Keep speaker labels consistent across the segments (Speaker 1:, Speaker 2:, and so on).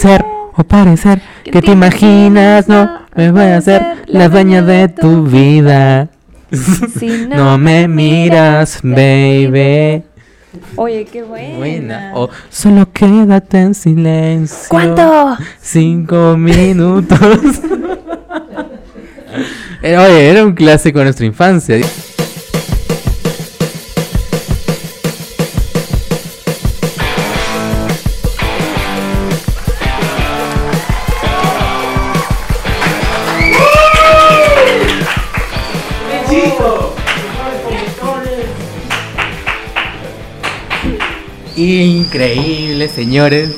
Speaker 1: ser o parecer que, te imaginas no me voy a hacer la dueña de tu vida.
Speaker 2: Si
Speaker 1: No me miras, baby.
Speaker 2: Oye, qué buena.
Speaker 1: Buena. O solo quédate en silencio.
Speaker 2: ¿Cuánto?
Speaker 1: Cinco minutos. Era- Oye, era un clásico de nuestra infancia. Increíble, señores.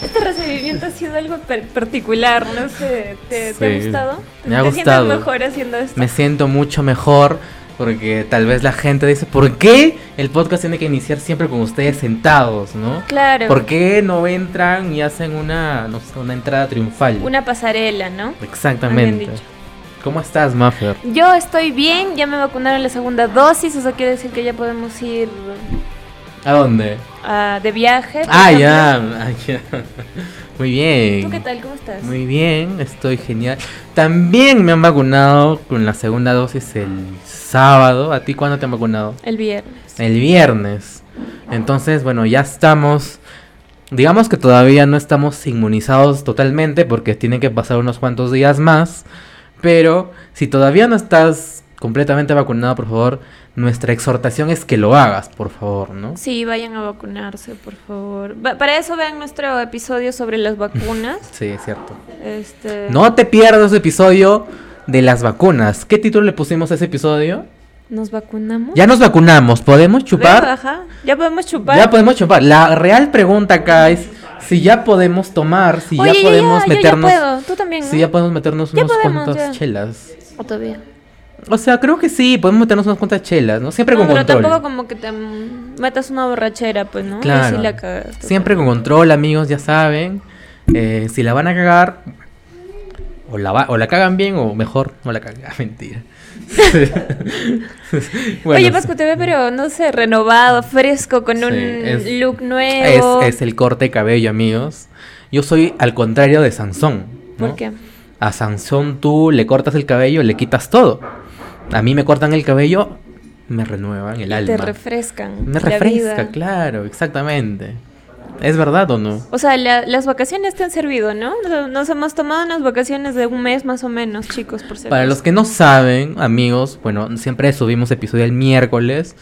Speaker 2: Este recibimiento ha sido algo per- particular, no sé. ¿Te, te ha
Speaker 1: Sí,
Speaker 2: gustado?
Speaker 1: me ha
Speaker 2: ¿Te
Speaker 1: gustado.
Speaker 2: sientes mejor haciendo esto?
Speaker 1: Me siento mucho mejor porque tal vez la gente dice, ¿por qué el podcast tiene que iniciar siempre con ustedes sentados, no?
Speaker 2: Claro.
Speaker 1: ¿Por qué no entran y hacen una, no sé, una entrada triunfal?
Speaker 2: Una pasarela, ¿no?
Speaker 1: Exactamente.
Speaker 2: Habían dicho.
Speaker 1: ¿Cómo estás, Maffer?
Speaker 2: Yo estoy bien, ya me vacunaron la segunda dosis, eso quiere decir que ya podemos ir
Speaker 1: ¿A dónde?
Speaker 2: ah, de viaje. por
Speaker 1: Ah,
Speaker 2: ejemplo.
Speaker 1: ya, ah, ya. Muy bien.
Speaker 2: ¿Tú qué tal? ¿Cómo estás?
Speaker 1: Muy bien, estoy genial. También me han vacunado con la segunda dosis el sábado. ¿A ti cuándo te han vacunado?
Speaker 2: El viernes.
Speaker 1: El viernes. Entonces, bueno, ya estamos. Digamos que todavía no estamos inmunizados totalmente porque tienen que pasar unos cuantos días más. Pero si todavía no estás completamente vacunado, por favor, nuestra exhortación es que lo hagas, por favor, ¿no?
Speaker 2: Sí, vayan a vacunarse, por favor. Va- para eso vean nuestro episodio sobre las vacunas.
Speaker 1: Sí, es cierto.
Speaker 2: Este...
Speaker 1: No te pierdas el episodio de las vacunas. ¿Qué título le pusimos a ese episodio?
Speaker 2: ¿Nos vacunamos?
Speaker 1: Ya nos vacunamos, ¿podemos
Speaker 2: Veo,
Speaker 1: chupar?
Speaker 2: ajá. Ya podemos chupar.
Speaker 1: Ya podemos chupar. La real pregunta acá es si ya podemos tomar, si
Speaker 2: Oye,
Speaker 1: ya podemos
Speaker 2: yo
Speaker 1: meternos.
Speaker 2: puedo. Tú también, ¿no?
Speaker 1: Si ya podemos meternos
Speaker 2: Ya
Speaker 1: unas
Speaker 2: podemos,
Speaker 1: cuantas
Speaker 2: ya.
Speaker 1: chelas.
Speaker 2: O todavía.
Speaker 1: O sea, creo que sí, podemos meternos unas cuantas chelas, ¿no? Siempre
Speaker 2: No,
Speaker 1: con
Speaker 2: pero
Speaker 1: control.
Speaker 2: tampoco como que te mm, metas una borrachera, pues, ¿no? Y
Speaker 1: Claro.
Speaker 2: sí la pues. cagas.
Speaker 1: Siempre con control, amigos, ya saben. Eh, si la van a cagar, o la, va- o la cagan bien, o mejor, no la cagan. Ah, Mentira. Bueno,
Speaker 2: Oye, Pascu, te ve, pero no sé, renovado, fresco, con
Speaker 1: Sí,
Speaker 2: un
Speaker 1: es-
Speaker 2: look
Speaker 1: es,
Speaker 2: nuevo.
Speaker 1: es el corte de cabello, amigos. Yo soy al contrario de Sansón. ¿no?
Speaker 2: ¿Por qué?
Speaker 1: A Sansón tú le cortas el cabello, le quitas todo. A mí me cortan el cabello, me renuevan el alma.
Speaker 2: Te refrescan.
Speaker 1: Me
Speaker 2: la
Speaker 1: refresca,
Speaker 2: vida.
Speaker 1: claro, exactamente. ¿Es verdad o no?
Speaker 2: O sea, la- las vacaciones te han servido, ¿no? Nos- Nos hemos tomado unas vacaciones de un mes más o menos, chicos, por ser.
Speaker 1: Para los que no saben, amigos, bueno, siempre subimos episodio el miércoles,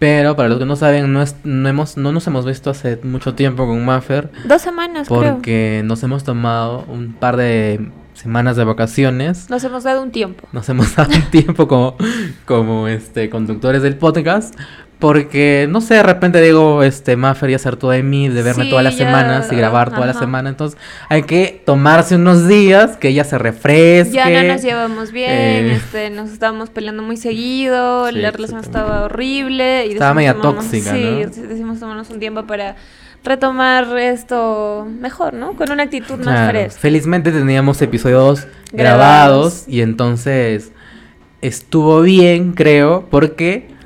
Speaker 1: pero para los que no saben, no, es- no hemos, no nos hemos visto hace mucho tiempo con Maffer,
Speaker 2: Dos semanas, creo.
Speaker 1: porque nos hemos tomado un par de semanas de vacaciones.
Speaker 2: Nos hemos dado un tiempo.
Speaker 1: Nos hemos dado un tiempo como, como este, conductores del podcast. Porque, no sé, de repente digo, este, Maffer ya se hartó de mí, de verme
Speaker 2: Sí,
Speaker 1: todas las
Speaker 2: ya,
Speaker 1: semanas y grabar toda la
Speaker 2: ajá.
Speaker 1: semana. Entonces, hay que tomarse unos días, que ella se refresque.
Speaker 2: ya no nos llevamos bien,
Speaker 1: eh,
Speaker 2: este, nos estábamos peleando muy seguido,
Speaker 1: Sí,
Speaker 2: la relación
Speaker 1: exactamente.
Speaker 2: estaba horrible. Y
Speaker 1: Estaba
Speaker 2: decimos
Speaker 1: media
Speaker 2: tomarnos-
Speaker 1: tóxica,
Speaker 2: Sí,
Speaker 1: ¿no?
Speaker 2: sí, decimos tomarnos un tiempo para retomar esto mejor, ¿no? Con una actitud más
Speaker 1: Claro.
Speaker 2: fresca.
Speaker 1: Felizmente teníamos episodios grabados.
Speaker 2: Grabados.
Speaker 1: y entonces estuvo bien, creo, porque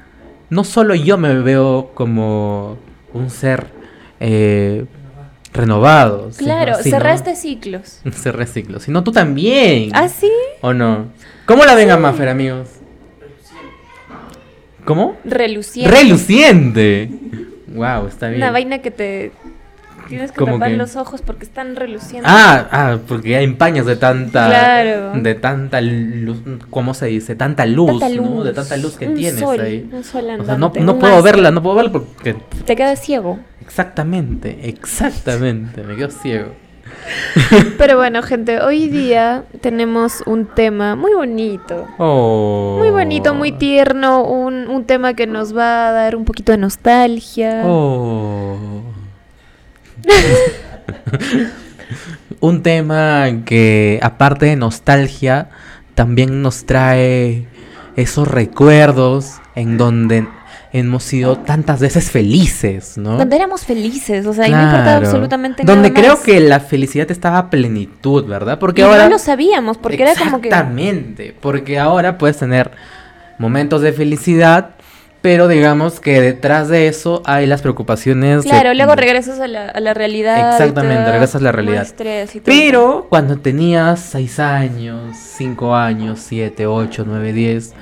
Speaker 1: no solo yo me veo como un ser eh, renovado. sino-
Speaker 2: Claro, este
Speaker 1: sino-
Speaker 2: cerraste ciclos.
Speaker 1: Se reciclo. Si no, tú también.
Speaker 2: ¿Ah, sí?
Speaker 1: ¿O no? ¿Cómo la ven a Maffer, amigos? ¿Cómo?
Speaker 2: Reluciente.
Speaker 1: Reluciente. Wow, está bien.
Speaker 2: Una vaina que te tienes que
Speaker 1: Como
Speaker 2: tapar
Speaker 1: que-
Speaker 2: los ojos porque están relucientes.
Speaker 1: Ah, ah, porque hay empañas de tanta.
Speaker 2: Claro.
Speaker 1: De tanta luz. ¿Cómo se dice? Tanta luz. ¿no? De tanta luz que
Speaker 2: un
Speaker 1: tienes
Speaker 2: sol,
Speaker 1: ahí.
Speaker 2: Un sol
Speaker 1: O sea, no,
Speaker 2: andante,
Speaker 1: no
Speaker 2: un
Speaker 1: puedo
Speaker 2: astro.
Speaker 1: verla, no puedo verla porque.
Speaker 2: Te quedas ciego.
Speaker 1: Exactamente, exactamente. Me quedo ciego.
Speaker 2: Pero bueno, gente, hoy día tenemos un tema muy bonito.
Speaker 1: Oh.
Speaker 2: Muy bonito, muy tierno, un, un tema que nos va a dar un poquito de nostalgia.
Speaker 1: Oh. Un tema que, aparte de nostalgia, también nos trae esos recuerdos en donde hemos sido tantas veces felices, ¿no?
Speaker 2: Cuando éramos felices, o sea, ahí no importaba
Speaker 1: Claro.
Speaker 2: absolutamente nada.
Speaker 1: Donde creo
Speaker 2: más.
Speaker 1: que la felicidad estaba a plenitud, ¿verdad? Porque
Speaker 2: Y
Speaker 1: ahora.
Speaker 2: no lo sabíamos, porque era como que.
Speaker 1: Exactamente, porque ahora puedes tener momentos de felicidad, Pero digamos que detrás de eso hay las preocupaciones. de-
Speaker 2: Claro, luego regresas a la, a la realidad. y
Speaker 1: Exactamente,
Speaker 2: te da
Speaker 1: regresas a la
Speaker 2: como
Speaker 1: realidad.
Speaker 2: estrés y todo.
Speaker 1: Pero cuando tenías 6 años, 5 años, 7, 8, 9, 10,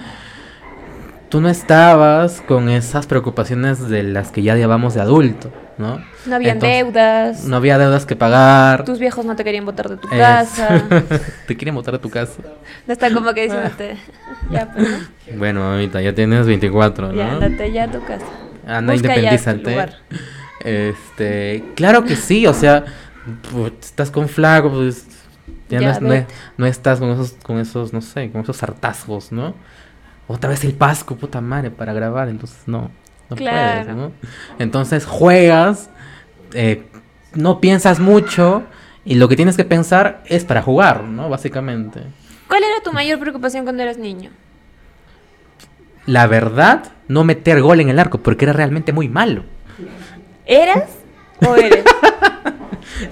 Speaker 1: tú no estabas con esas preocupaciones de las que ya llevamos de adulto, ¿no?
Speaker 2: No habían
Speaker 1: Entonces,
Speaker 2: deudas.
Speaker 1: No había deudas que pagar.
Speaker 2: Tus viejos no te querían botar de tu
Speaker 1: es-
Speaker 2: casa.
Speaker 1: te quieren botar a tu casa.
Speaker 2: No están como que diciéndote. Ya, pues, ¿no?
Speaker 1: Bueno, mamita, ya tienes 24, ¿no?
Speaker 2: ya, andate ya a tu casa.
Speaker 1: Anda,
Speaker 2: Busca ya tu
Speaker 1: independízate.
Speaker 2: lugar.
Speaker 1: Este, claro que sí, o sea, pues, estás con flaco, pues ya, no,
Speaker 2: Ya,
Speaker 1: es- no es-
Speaker 2: vete.
Speaker 1: no estás con esos, con esos, no sé, con esos hartazgos, ¿no? Otra vez el pasco, puta madre, para grabar, entonces no, no
Speaker 2: Claro.
Speaker 1: puedes, ¿no? Entonces juegas, eh, no piensas mucho y lo que tienes que pensar es para jugar, ¿no? Básicamente.
Speaker 2: ¿Cuál era tu mayor preocupación cuando eras niño?
Speaker 1: La verdad, no meter gol en el arco porque era realmente muy malo.
Speaker 2: ¿Eras o eres?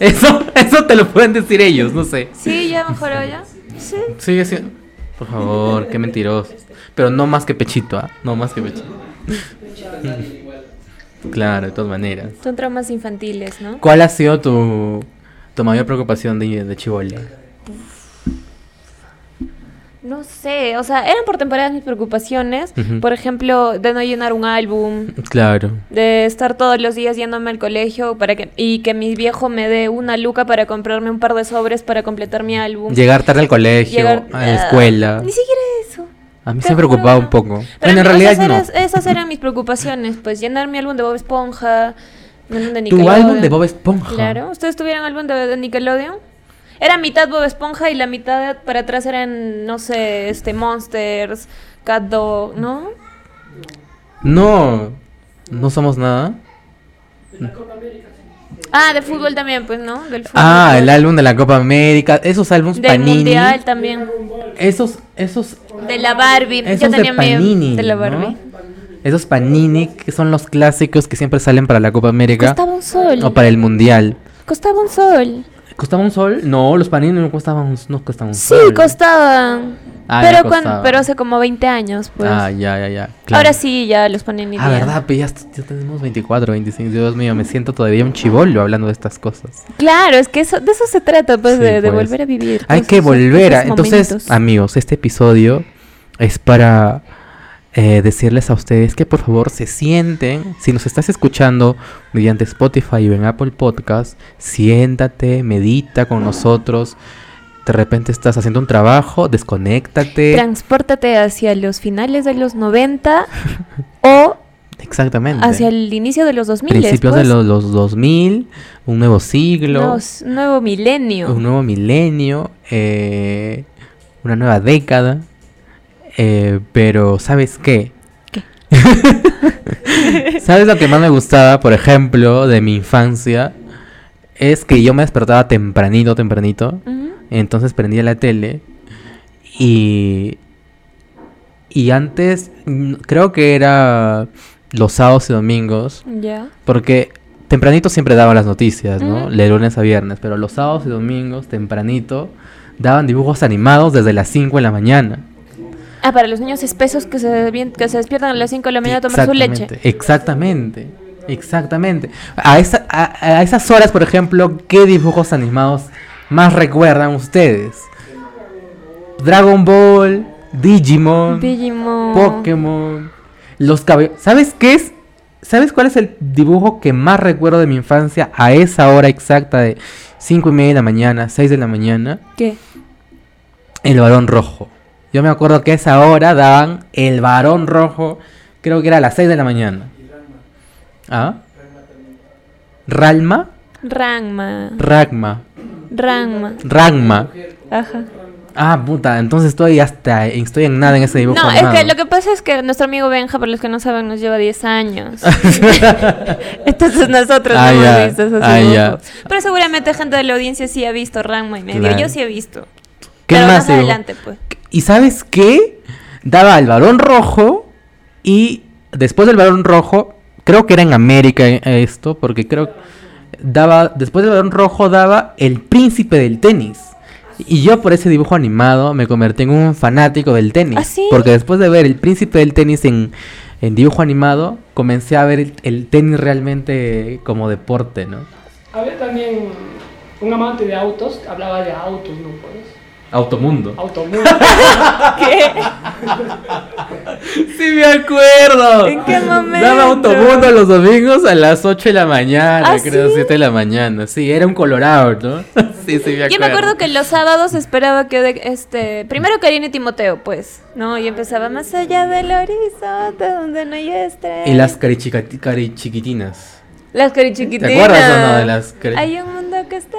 Speaker 1: Eso, eso te lo pueden decir ellos, no sé.
Speaker 2: Sí, ya mejoró ya. Sí.
Speaker 1: Sigue siendo. Por favor, qué mentiroso. Pero no más que Pechito, ¿ah? No más que Pechito. claro, de todas maneras.
Speaker 2: Son traumas infantiles, ¿no?
Speaker 1: ¿Cuál ha sido tu, tu mayor preocupación de, de chibola?
Speaker 2: No sé, o sea, eran por temporadas mis preocupaciones.
Speaker 1: Ujú.
Speaker 2: Por ejemplo, de no llenar un álbum,
Speaker 1: Claro.
Speaker 2: de estar todos los días yéndome al colegio para que, y que mi viejo me dé una luca para comprarme un par de sobres para completar mi álbum.
Speaker 1: Llegar tarde al colegio,
Speaker 2: Llegar-
Speaker 1: a la
Speaker 2: Ah,
Speaker 1: escuela.
Speaker 2: Ni siquiera eso.
Speaker 1: A mí
Speaker 2: Te
Speaker 1: se me
Speaker 2: juro,
Speaker 1: preocupaba un
Speaker 2: no.
Speaker 1: poco.
Speaker 2: Pero
Speaker 1: bueno, en
Speaker 2: a mí
Speaker 1: realidad
Speaker 2: esas,
Speaker 1: no.
Speaker 2: eras- esas eran mis preocupaciones, pues llenar mi álbum de Bob Esponja, mi álbum de
Speaker 1: Tu
Speaker 2: Nickelodeon.
Speaker 1: álbum de Bob Esponja.
Speaker 2: Claro, ¿ustedes tuvieron álbum de, de Nickelodeon? Era mitad Bob Esponja y la mitad para atrás eran, no sé, este Monsters, Cat Dog, ¿no?
Speaker 1: No. No somos nada.
Speaker 2: Ah, de fútbol también, pues, ¿no? Del fútbol.
Speaker 1: Ah, el álbum de la Copa América. Esos álbumes
Speaker 2: Del
Speaker 1: Panini.
Speaker 2: Mundial también.
Speaker 1: Esos, esos
Speaker 2: De la Barbie. Yo
Speaker 1: Esos
Speaker 2: tenía
Speaker 1: de
Speaker 2: miedo
Speaker 1: Panini,
Speaker 2: de la
Speaker 1: ¿no?
Speaker 2: Barbie.
Speaker 1: Esos Panini que son los clásicos que siempre salen para la Copa América
Speaker 2: Costaba un sol.
Speaker 1: o para el Mundial.
Speaker 2: Costaba un sol.
Speaker 1: ¿Costaba un sol? No, los Panini no costaban un, no costaban un
Speaker 2: Sí,
Speaker 1: sol.
Speaker 2: costaban.
Speaker 1: Ah, ya
Speaker 2: pero, cuan-
Speaker 1: costaban.
Speaker 2: pero hace como 20 años, pues.
Speaker 1: Ah, ya, ya, ya. claro.
Speaker 2: Ahora sí, ya los ponen
Speaker 1: Ah, verdad, pues ya, est- ya tenemos 24, 25. Dios mío, me siento todavía un chivolo hablando de estas cosas.
Speaker 2: Claro, es que eso, de eso se trata, pues,
Speaker 1: Sí,
Speaker 2: de, de
Speaker 1: pues.
Speaker 2: volver a vivir.
Speaker 1: Hay
Speaker 2: todos
Speaker 1: que
Speaker 2: esos-
Speaker 1: volver a...
Speaker 2: esos
Speaker 1: Entonces,
Speaker 2: momentos.
Speaker 1: amigos, este episodio es para eh, decirles a ustedes que por favor se sienten, si nos estás escuchando mediante Spotify o en Apple Podcast, siéntate, medita con nosotros. De repente estás haciendo un trabajo, desconéctate.
Speaker 2: Transpórtate hacia los finales de los 90 o
Speaker 1: Exactamente.
Speaker 2: hacia el inicio de los 2000.
Speaker 1: Principios de
Speaker 2: pues.
Speaker 1: los, los 2000, un nuevo siglo.
Speaker 2: Nuevos- nuevo milenio.
Speaker 1: un nuevo milenio, eh, una nueva década. eh, pero, ¿sabes qué?
Speaker 2: ¿Qué?
Speaker 1: ¿Sabes lo que más me gustaba, por ejemplo, de mi infancia? Es que yo me despertaba tempranito, tempranito.
Speaker 2: Ujú.
Speaker 1: Entonces prendía la tele. Y. Y antes, mm, creo que era los sábados y domingos.
Speaker 2: Ya.
Speaker 1: Porque tempranito siempre daban las noticias, ¿no?
Speaker 2: Ujú.
Speaker 1: De lunes a viernes, pero los sábados y domingos, tempranito, daban dibujos animados desde las 5 de la mañana.
Speaker 2: Ah, para los niños espesos que se, bien- que se despiertan a las 5 de la mañana a tomar su leche.
Speaker 1: Exactamente, Exactamente, exactamente. A, esa- a- a esas horas, por ejemplo, ¿qué dibujos animados más recuerdan ustedes? Dragon Ball, Digimon,
Speaker 2: Digimon.
Speaker 1: Pokémon, los cabellos. ¿Sabes qué es? ¿Sabes cuál es el dibujo que más recuerdo de mi infancia a esa hora exacta de 5 y media de la mañana, 6 de la mañana?
Speaker 2: ¿Qué?
Speaker 1: El varón rojo. Yo me acuerdo que a esa hora daban el varón rojo, creo que era a las 6 de la mañana. ¿Ah? ¿Ralma?
Speaker 2: Ranma.
Speaker 1: Ragma.
Speaker 2: Ranma.
Speaker 1: Ragma.
Speaker 2: Ajá.
Speaker 1: Ah, puta, entonces estoy hasta. Estoy en nada en ese dibujo.
Speaker 2: No, es
Speaker 1: animado.
Speaker 2: que lo que pasa es que nuestro amigo Benja, para los que no saben, nos lleva 10 años. Entonces nosotros
Speaker 1: Ah,
Speaker 2: no
Speaker 1: ya.
Speaker 2: hemos visto esos
Speaker 1: Ah, ya.
Speaker 2: dibujos. Pero seguramente gente de la audiencia sí ha visto Ranma y medio.
Speaker 1: Claro.
Speaker 2: Yo sí he visto.
Speaker 1: ¿Qué
Speaker 2: Pero
Speaker 1: más
Speaker 2: más
Speaker 1: dibujo?
Speaker 2: adelante, pues.
Speaker 1: ¿Y sabes qué? Daba el varón rojo y después del varón rojo, creo que era en América eh, esto, porque creo daba después del varón rojo daba el príncipe del tenis. Y yo por ese dibujo animado me convertí en un fanático del tenis,
Speaker 2: ¿Ah, sí?
Speaker 1: porque después de ver el príncipe del tenis en en dibujo animado, comencé a ver el, el tenis realmente como deporte, ¿no?
Speaker 3: Había también un amante de autos, que hablaba de autos, ¿no Pues, puedes?
Speaker 1: Automundo.
Speaker 3: Automundo.
Speaker 1: Sí, me acuerdo.
Speaker 2: ¿En qué momento?
Speaker 1: Daba automundo los domingos a las 8 de la mañana,
Speaker 2: ¿Ah,
Speaker 1: creo,
Speaker 2: sí?
Speaker 1: 7 de la mañana. Sí, era un colorado, ¿no? Sí, sí, me acuerdo.
Speaker 2: Yo me acuerdo que los sábados esperaba que de- este primero Karina y Timoteo, pues, ¿no? Y empezaba más allá del horizonte donde no hay estrellas.
Speaker 1: Y las carichica- carichiquitinas.
Speaker 2: las carichiquitinas.
Speaker 1: ¿Te acuerdas o no de las cari-
Speaker 2: Hay un mundo que está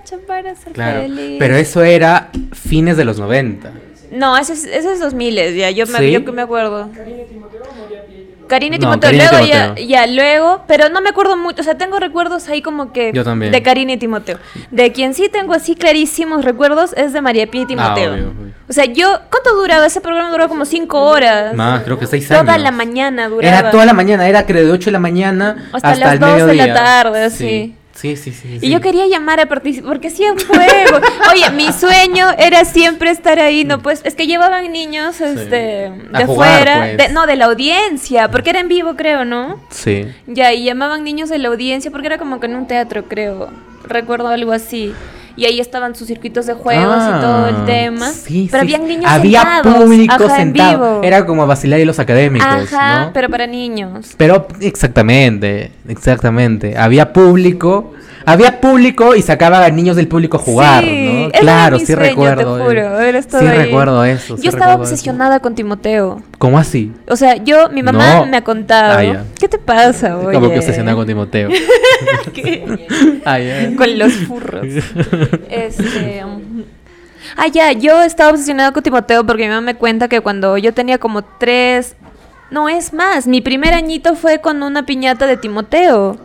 Speaker 2: hecho para ser
Speaker 1: Claro.
Speaker 2: feliz.
Speaker 1: Pero eso era fines de los 90.
Speaker 2: No, ese es, ese es 2000, ya, yo, me,
Speaker 1: ¿Sí?
Speaker 2: yo que me acuerdo. Karina y
Speaker 1: No,
Speaker 2: Timoteo,
Speaker 1: Karina y
Speaker 2: luego ya,
Speaker 1: Timoteo.
Speaker 2: ya, luego, pero no me acuerdo mucho, o sea, tengo recuerdos ahí como que
Speaker 1: Yo también.
Speaker 2: de Karina y Timoteo. De quien sí tengo así clarísimos recuerdos es de María Pía y Timoteo.
Speaker 1: Ah, obvio, obvio.
Speaker 2: O sea, yo, ¿cuánto duraba ese programa? Duró como cinco horas.
Speaker 1: Más, creo que 6 años.
Speaker 2: toda la mañana duraba.
Speaker 1: Era toda la mañana, era creo de 8 de la mañana hasta,
Speaker 2: Hasta las
Speaker 1: el
Speaker 2: 12 de la
Speaker 1: mediodía.
Speaker 2: tarde,
Speaker 1: Sí, sí, sí. sí,
Speaker 2: Y yo
Speaker 1: sí.
Speaker 2: quería llamar a participar, porque hacía un juego. Oye, mi sueño era siempre estar ahí, no pues, es que llevaban niños este
Speaker 1: Mm. A
Speaker 2: de
Speaker 1: jugar,
Speaker 2: fuera,
Speaker 1: pues.
Speaker 2: de- no, de la audiencia, porque era en vivo, creo, ¿no?
Speaker 1: Sí.
Speaker 2: Ya, y llamaban niños de la audiencia porque era como que en un teatro, creo. Recuerdo algo así. Y ahí estaban sus circuitos de juegos
Speaker 1: Ah,
Speaker 2: y todo el tema.
Speaker 1: sí,
Speaker 2: pero
Speaker 1: sí,
Speaker 2: habían
Speaker 1: sí.
Speaker 2: niños
Speaker 1: Había
Speaker 2: sentados,
Speaker 1: público
Speaker 2: ajá, en
Speaker 1: sentado.
Speaker 2: vivo.
Speaker 1: Era como vacilar y los académicos,
Speaker 2: Ajá,
Speaker 1: ¿no?
Speaker 2: pero para niños.
Speaker 1: Pero exactamente, exactamente. Había público, había público y sacaba a niños del público a jugar,
Speaker 2: Sí,
Speaker 1: ¿no?
Speaker 2: ese era
Speaker 1: Claro, sí
Speaker 2: mi sueño,
Speaker 1: recuerdo.
Speaker 2: Te
Speaker 1: eh.
Speaker 2: juro, haber
Speaker 1: sí
Speaker 2: estado ahí.
Speaker 1: recuerdo eso. sí
Speaker 2: Yo estaba
Speaker 1: recuerdo eso.
Speaker 2: obsesionada con Timoteo.
Speaker 1: ¿Cómo así?
Speaker 2: O sea, yo, mi mamá
Speaker 1: No.
Speaker 2: me ha contado.
Speaker 1: Ah, ya.
Speaker 2: ¿Qué te pasa, oye?
Speaker 1: Como que obsesionada con Timoteo. Ay, ay.
Speaker 2: Con los furros. Este. um, Ah, ya, yo estaba obsesionada con Timoteo porque mi mamá me cuenta que cuando yo tenía como tres. No, es más, mi primer añito fue con una piñata de Timoteo.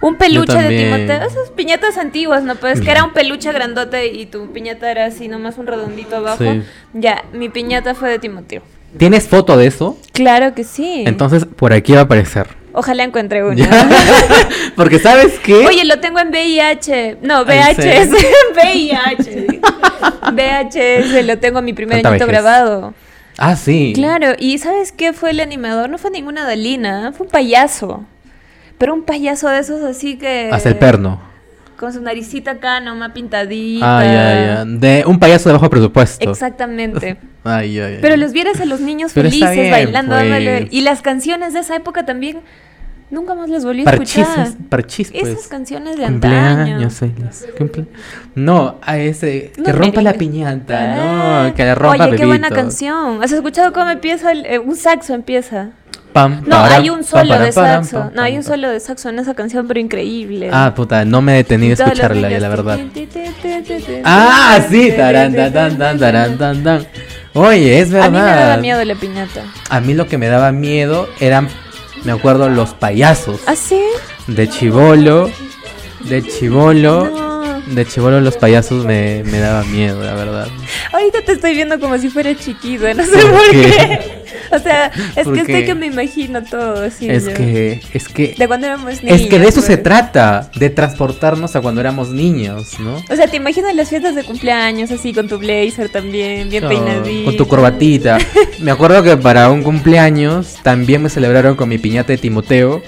Speaker 2: Un peluche de
Speaker 1: también.
Speaker 2: Timoteo. Esas piñatas antiguas, ¿no? Pues que era un peluche grandote y tu piñata era así, nomás un redondito abajo.
Speaker 1: Sí.
Speaker 2: Ya, mi piñata fue de Timoteo.
Speaker 1: ¿Tienes foto de eso?
Speaker 2: Claro que sí.
Speaker 1: Entonces por aquí va a aparecer.
Speaker 2: Ojalá encuentre una.
Speaker 1: Ya. Porque sabes qué?
Speaker 2: Oye, lo tengo en VIH. No,
Speaker 1: Ah, ¿En
Speaker 2: VHS.
Speaker 1: serio?
Speaker 2: VIH. VHS, lo tengo en mi primer
Speaker 1: Tanta
Speaker 2: añito
Speaker 1: vejez.
Speaker 2: grabado.
Speaker 1: ah, sí.
Speaker 2: Claro, y ¿sabes qué fue el animador? No fue ninguna Dalina, fue un payaso. Pero un payaso de esos así que.
Speaker 1: Hasta el perno. Ah,
Speaker 2: Con su naricita acá, nomás pintadita.
Speaker 1: Ay, ay, ay. De un payaso de bajo presupuesto.
Speaker 2: Exactamente.
Speaker 1: Ay, ay, ay.
Speaker 2: Pero los vieras a los niños
Speaker 1: Pero está
Speaker 2: felices
Speaker 1: bien,
Speaker 2: bailando. dándole-
Speaker 1: pues.
Speaker 2: Y las canciones de esa época también. Nunca más las volví a escuchar.
Speaker 1: parchis, parchis, pues.
Speaker 2: Esas canciones de antaño.
Speaker 1: Cumpleaños feliz. Cumple... No, a ese.
Speaker 2: No,
Speaker 1: que rompa la
Speaker 2: merengue.
Speaker 1: piñata, ¿no? Que le rompa
Speaker 2: Eh. Oye, qué buena
Speaker 1: Pepito.
Speaker 2: canción. ¿Has escuchado cómo empieza el- eh, un saxo empieza?
Speaker 1: Pam,
Speaker 2: No,
Speaker 1: param,
Speaker 2: hay un
Speaker 1: pam,
Speaker 2: solo
Speaker 1: param,
Speaker 2: de
Speaker 1: param,
Speaker 2: saxo.
Speaker 1: pam,
Speaker 2: no, hay
Speaker 1: pam,
Speaker 2: un
Speaker 1: pam.
Speaker 2: solo de saxo en esa canción, pero increíble.
Speaker 1: Ah, puta, no me he detenido
Speaker 2: Y
Speaker 1: a
Speaker 2: todos los
Speaker 1: escucharla, ya,
Speaker 2: niños,
Speaker 1: la verdad.
Speaker 2: tin, tin, tin, tin, tin, tin,
Speaker 1: Ah,
Speaker 2: tin,
Speaker 1: sí,
Speaker 2: tin,
Speaker 1: taran,
Speaker 2: tin,
Speaker 1: tan,
Speaker 2: tin,
Speaker 1: tan,
Speaker 2: tin,
Speaker 1: tan,
Speaker 2: tin,
Speaker 1: taran,
Speaker 2: tin.
Speaker 1: tan, tan. Oye, es verdad.
Speaker 2: A mí me daba miedo la piñata.
Speaker 1: A mí lo que me daba miedo eran, me acuerdo, los payasos.
Speaker 2: ¿Ah, sí?
Speaker 1: De chivolo, de chivolo,
Speaker 2: No.
Speaker 1: de chivolo los payasos me, me daba miedo, la verdad.
Speaker 2: Ahorita te estoy viendo como si fuera chiquita, no sé por, qué?
Speaker 1: qué?
Speaker 2: O sea, es
Speaker 1: ¿Por
Speaker 2: que estoy
Speaker 1: qué?
Speaker 2: que me imagino todo así.
Speaker 1: Es
Speaker 2: yo.
Speaker 1: que, es que,
Speaker 2: De cuando éramos niños.
Speaker 1: es que de eso se
Speaker 2: pues.
Speaker 1: trata, de transportarnos a cuando éramos niños, ¿no?
Speaker 2: O sea, te imaginas las fiestas de cumpleaños así con tu blazer también, bien
Speaker 1: Oh,
Speaker 2: peinadito.
Speaker 1: Con tu corbatita. Me acuerdo que para un cumpleaños también me celebraron con mi piñata de Timoteo.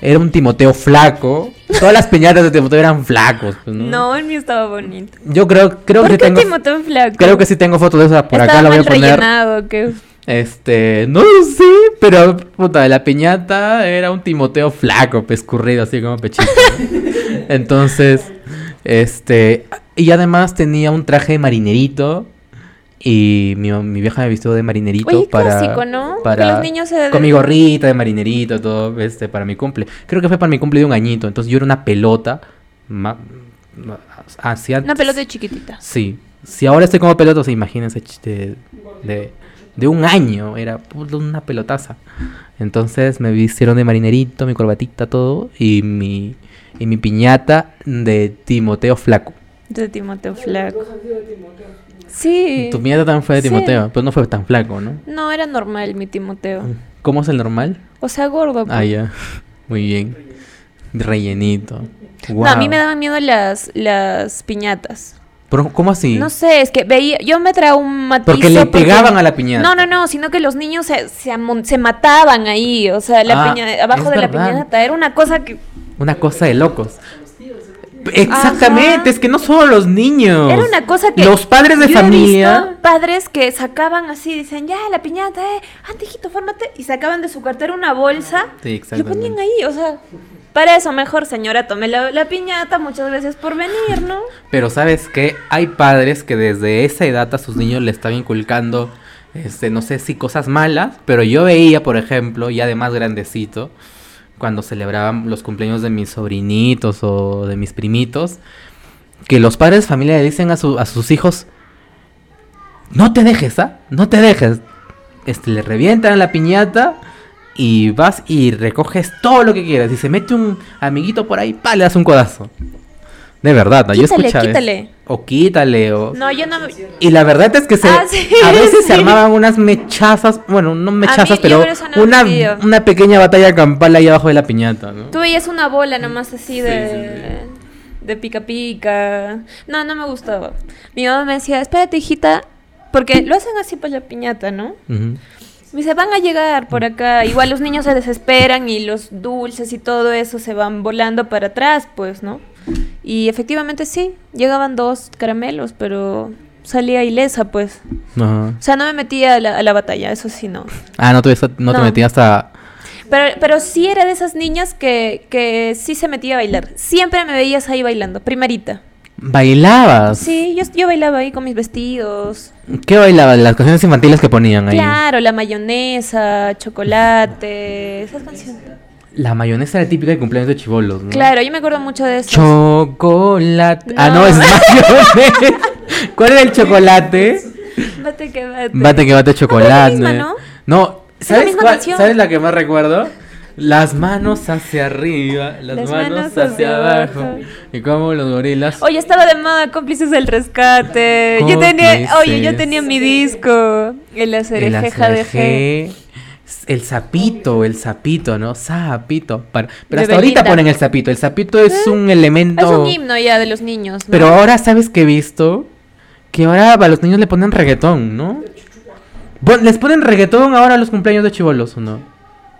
Speaker 1: Era un Timoteo flaco. Todas las piñatas de Timoteo eran flacos. pues, ¿no?
Speaker 2: No, el mío estaba bonito.
Speaker 1: Yo creo, creo
Speaker 2: ¿Por
Speaker 1: que
Speaker 2: qué
Speaker 1: tengo.
Speaker 2: Timoteo flaco?
Speaker 1: Creo que sí tengo fotos de esa por
Speaker 2: estaba
Speaker 1: acá, la voy a
Speaker 2: mal
Speaker 1: poner.
Speaker 2: rellenado, que
Speaker 1: Este, no lo sé, pero puta, la piñata era un Timoteo flaco, pescurrido, así como pechito. ¿no? Entonces, este, y además tenía un traje de marinerito y mi, mi vieja me vistió de marinerito
Speaker 2: Oye,
Speaker 1: para
Speaker 2: clásico, ¿no? Que
Speaker 1: para
Speaker 2: los niños se-
Speaker 1: con mi gorrita de marinerito todo este para mi cumple. Creo que fue para mi cumple de un añito, entonces yo era una pelota ma- ma- hacia
Speaker 2: Una pelota chiquitita.
Speaker 1: Sí. Si ahora estoy como pelota, o sea, imagínense ch- de, de, de un año. Era puta, una pelotaza. Entonces me vistieron de marinerito, mi corbatita, todo. Y mi, y mi piñata de Timoteo Flaco.
Speaker 2: De Timoteo flaco. Sí.
Speaker 1: Tu piñata también fue de
Speaker 2: Eh, Sí.
Speaker 1: Timoteo, pero no fue tan flaco, ¿no?
Speaker 2: No, era normal mi Timoteo.
Speaker 1: ¿Cómo es el normal?
Speaker 2: O sea, gordo. pues.
Speaker 1: Ah, ya. Muy bien. Rellenito.
Speaker 2: No, a mí
Speaker 1: Guau.
Speaker 2: me daban miedo las, las piñatas.
Speaker 1: Pero, ¿Cómo así?
Speaker 2: No sé, es que veía, yo me traía un matiz.
Speaker 1: Porque le pegaban a la piñata.
Speaker 2: No, no, no, sino que los niños se, se, amon- se mataban ahí, o sea, la
Speaker 1: Ah,
Speaker 2: piña- abajo
Speaker 1: es
Speaker 2: de la
Speaker 1: verdad.
Speaker 2: piñata. Era una cosa que...
Speaker 1: Una cosa de locos. Exactamente, es que no solo los niños.
Speaker 2: Era una cosa que...
Speaker 1: Los padres de
Speaker 2: yo he
Speaker 1: familia.
Speaker 2: visto padres que sacaban así, dicen, ya, la piñata, eh, anda, hijito, fórmate. Y sacaban de su cartera una bolsa
Speaker 1: Sí,
Speaker 2: y lo ponían
Speaker 1: exactamente.
Speaker 2: ahí, o sea... Para eso, mejor señora, tome la, la piñata, muchas gracias por venir, ¿no?
Speaker 1: Pero sabes que hay padres que desde esa edad a sus niños le están inculcando, este, no sé si cosas malas, pero yo veía, por ejemplo, ya de más grandecito, cuando celebraban los cumpleaños de mis sobrinitos o de mis primitos, que los padres de familia le dicen a, su- a sus hijos, no te dejes, ¿ah? No te dejes. Este, le revientan la piñata y vas y recoges todo lo que quieras. Y se mete un amiguito por ahí, pa, le das un codazo. De verdad, ¿no? yo
Speaker 2: Quítale,
Speaker 1: escuchaba. eso.
Speaker 2: quítale.
Speaker 1: O quítale, o...
Speaker 2: No, yo no... me-
Speaker 1: Y la verdad es que se,
Speaker 2: Ah, sí,
Speaker 1: a veces
Speaker 2: sí.
Speaker 1: se armaban unas mechazas, bueno, no mechazas,
Speaker 2: yo
Speaker 1: pero
Speaker 2: por eso no
Speaker 1: una,
Speaker 2: he vivido.
Speaker 1: una pequeña batalla campal ahí abajo de la piñata, ¿no?
Speaker 2: Tú veías una bola nomás así de...
Speaker 1: sí,
Speaker 2: De pica pica. No, no me gustaba. Mi mamá me decía, espérate, hijita, porque lo hacen así para la piñata, ¿no?
Speaker 1: Ujú.
Speaker 2: Me dice, van a llegar por
Speaker 1: Mm.
Speaker 2: acá. Igual los niños se desesperan y los dulces y todo eso se van volando para atrás, pues, ¿no? Y efectivamente sí, llegaban dos caramelos, pero salía ilesa, pues.
Speaker 1: Ajá.
Speaker 2: O sea, no me metía a la, a la batalla, eso sí, no.
Speaker 1: Ah, no te, no te
Speaker 2: No.
Speaker 1: metías a...
Speaker 2: Pero, pero sí era de esas niñas que, que sí se metía a bailar. Siempre me veías ahí bailando, primerita.
Speaker 1: ¿Bailabas?
Speaker 2: Sí, yo, yo bailaba ahí con mis vestidos.
Speaker 1: ¿Qué bailabas? Las canciones infantiles que ponían ahí.
Speaker 2: Claro, la mayonesa, chocolate, esas canciones.
Speaker 1: La mayonesa era típica de cumpleaños de chivolos, ¿no?
Speaker 2: Claro, yo me acuerdo mucho de eso.
Speaker 1: Chocolate. Ah, no,
Speaker 2: No.
Speaker 1: es mayonesa. ¿Cuál era el chocolate?
Speaker 2: Bate que bate.
Speaker 1: Bate que bate chocolate.
Speaker 2: misma, ¿no?
Speaker 1: No,
Speaker 2: Es la
Speaker 1: ¿sabes
Speaker 2: misma
Speaker 1: cuál-
Speaker 2: canción.
Speaker 1: ¿Sabes la que más recuerdo? Las manos hacia arriba, las,
Speaker 2: Las
Speaker 1: manos,
Speaker 2: manos
Speaker 1: hacia,
Speaker 2: hacia
Speaker 1: abajo.
Speaker 2: abajo.
Speaker 1: Y como los gorilas.
Speaker 2: Oye, estaba de moda cómplices del rescate. Yo tenía, oye, yo
Speaker 1: Cómplices.
Speaker 2: tenía mi disco. El
Speaker 1: el
Speaker 2: acerejeja de G.
Speaker 1: acerejé, El sapito, el sapito, ¿no? Sapito. para- Pero
Speaker 2: De
Speaker 1: hasta ahorita
Speaker 2: Belinda. Eh,
Speaker 1: ponen el sapito. El sapito es un elemento.
Speaker 2: Es un himno ya de los niños. ¿no?
Speaker 1: Pero ahora, ¿sabes qué he visto? Que ahora a los niños le ponen reggaetón, ¿no? Pon- Les ponen reggaetón ahora a los cumpleaños de chivolos, ¿o no?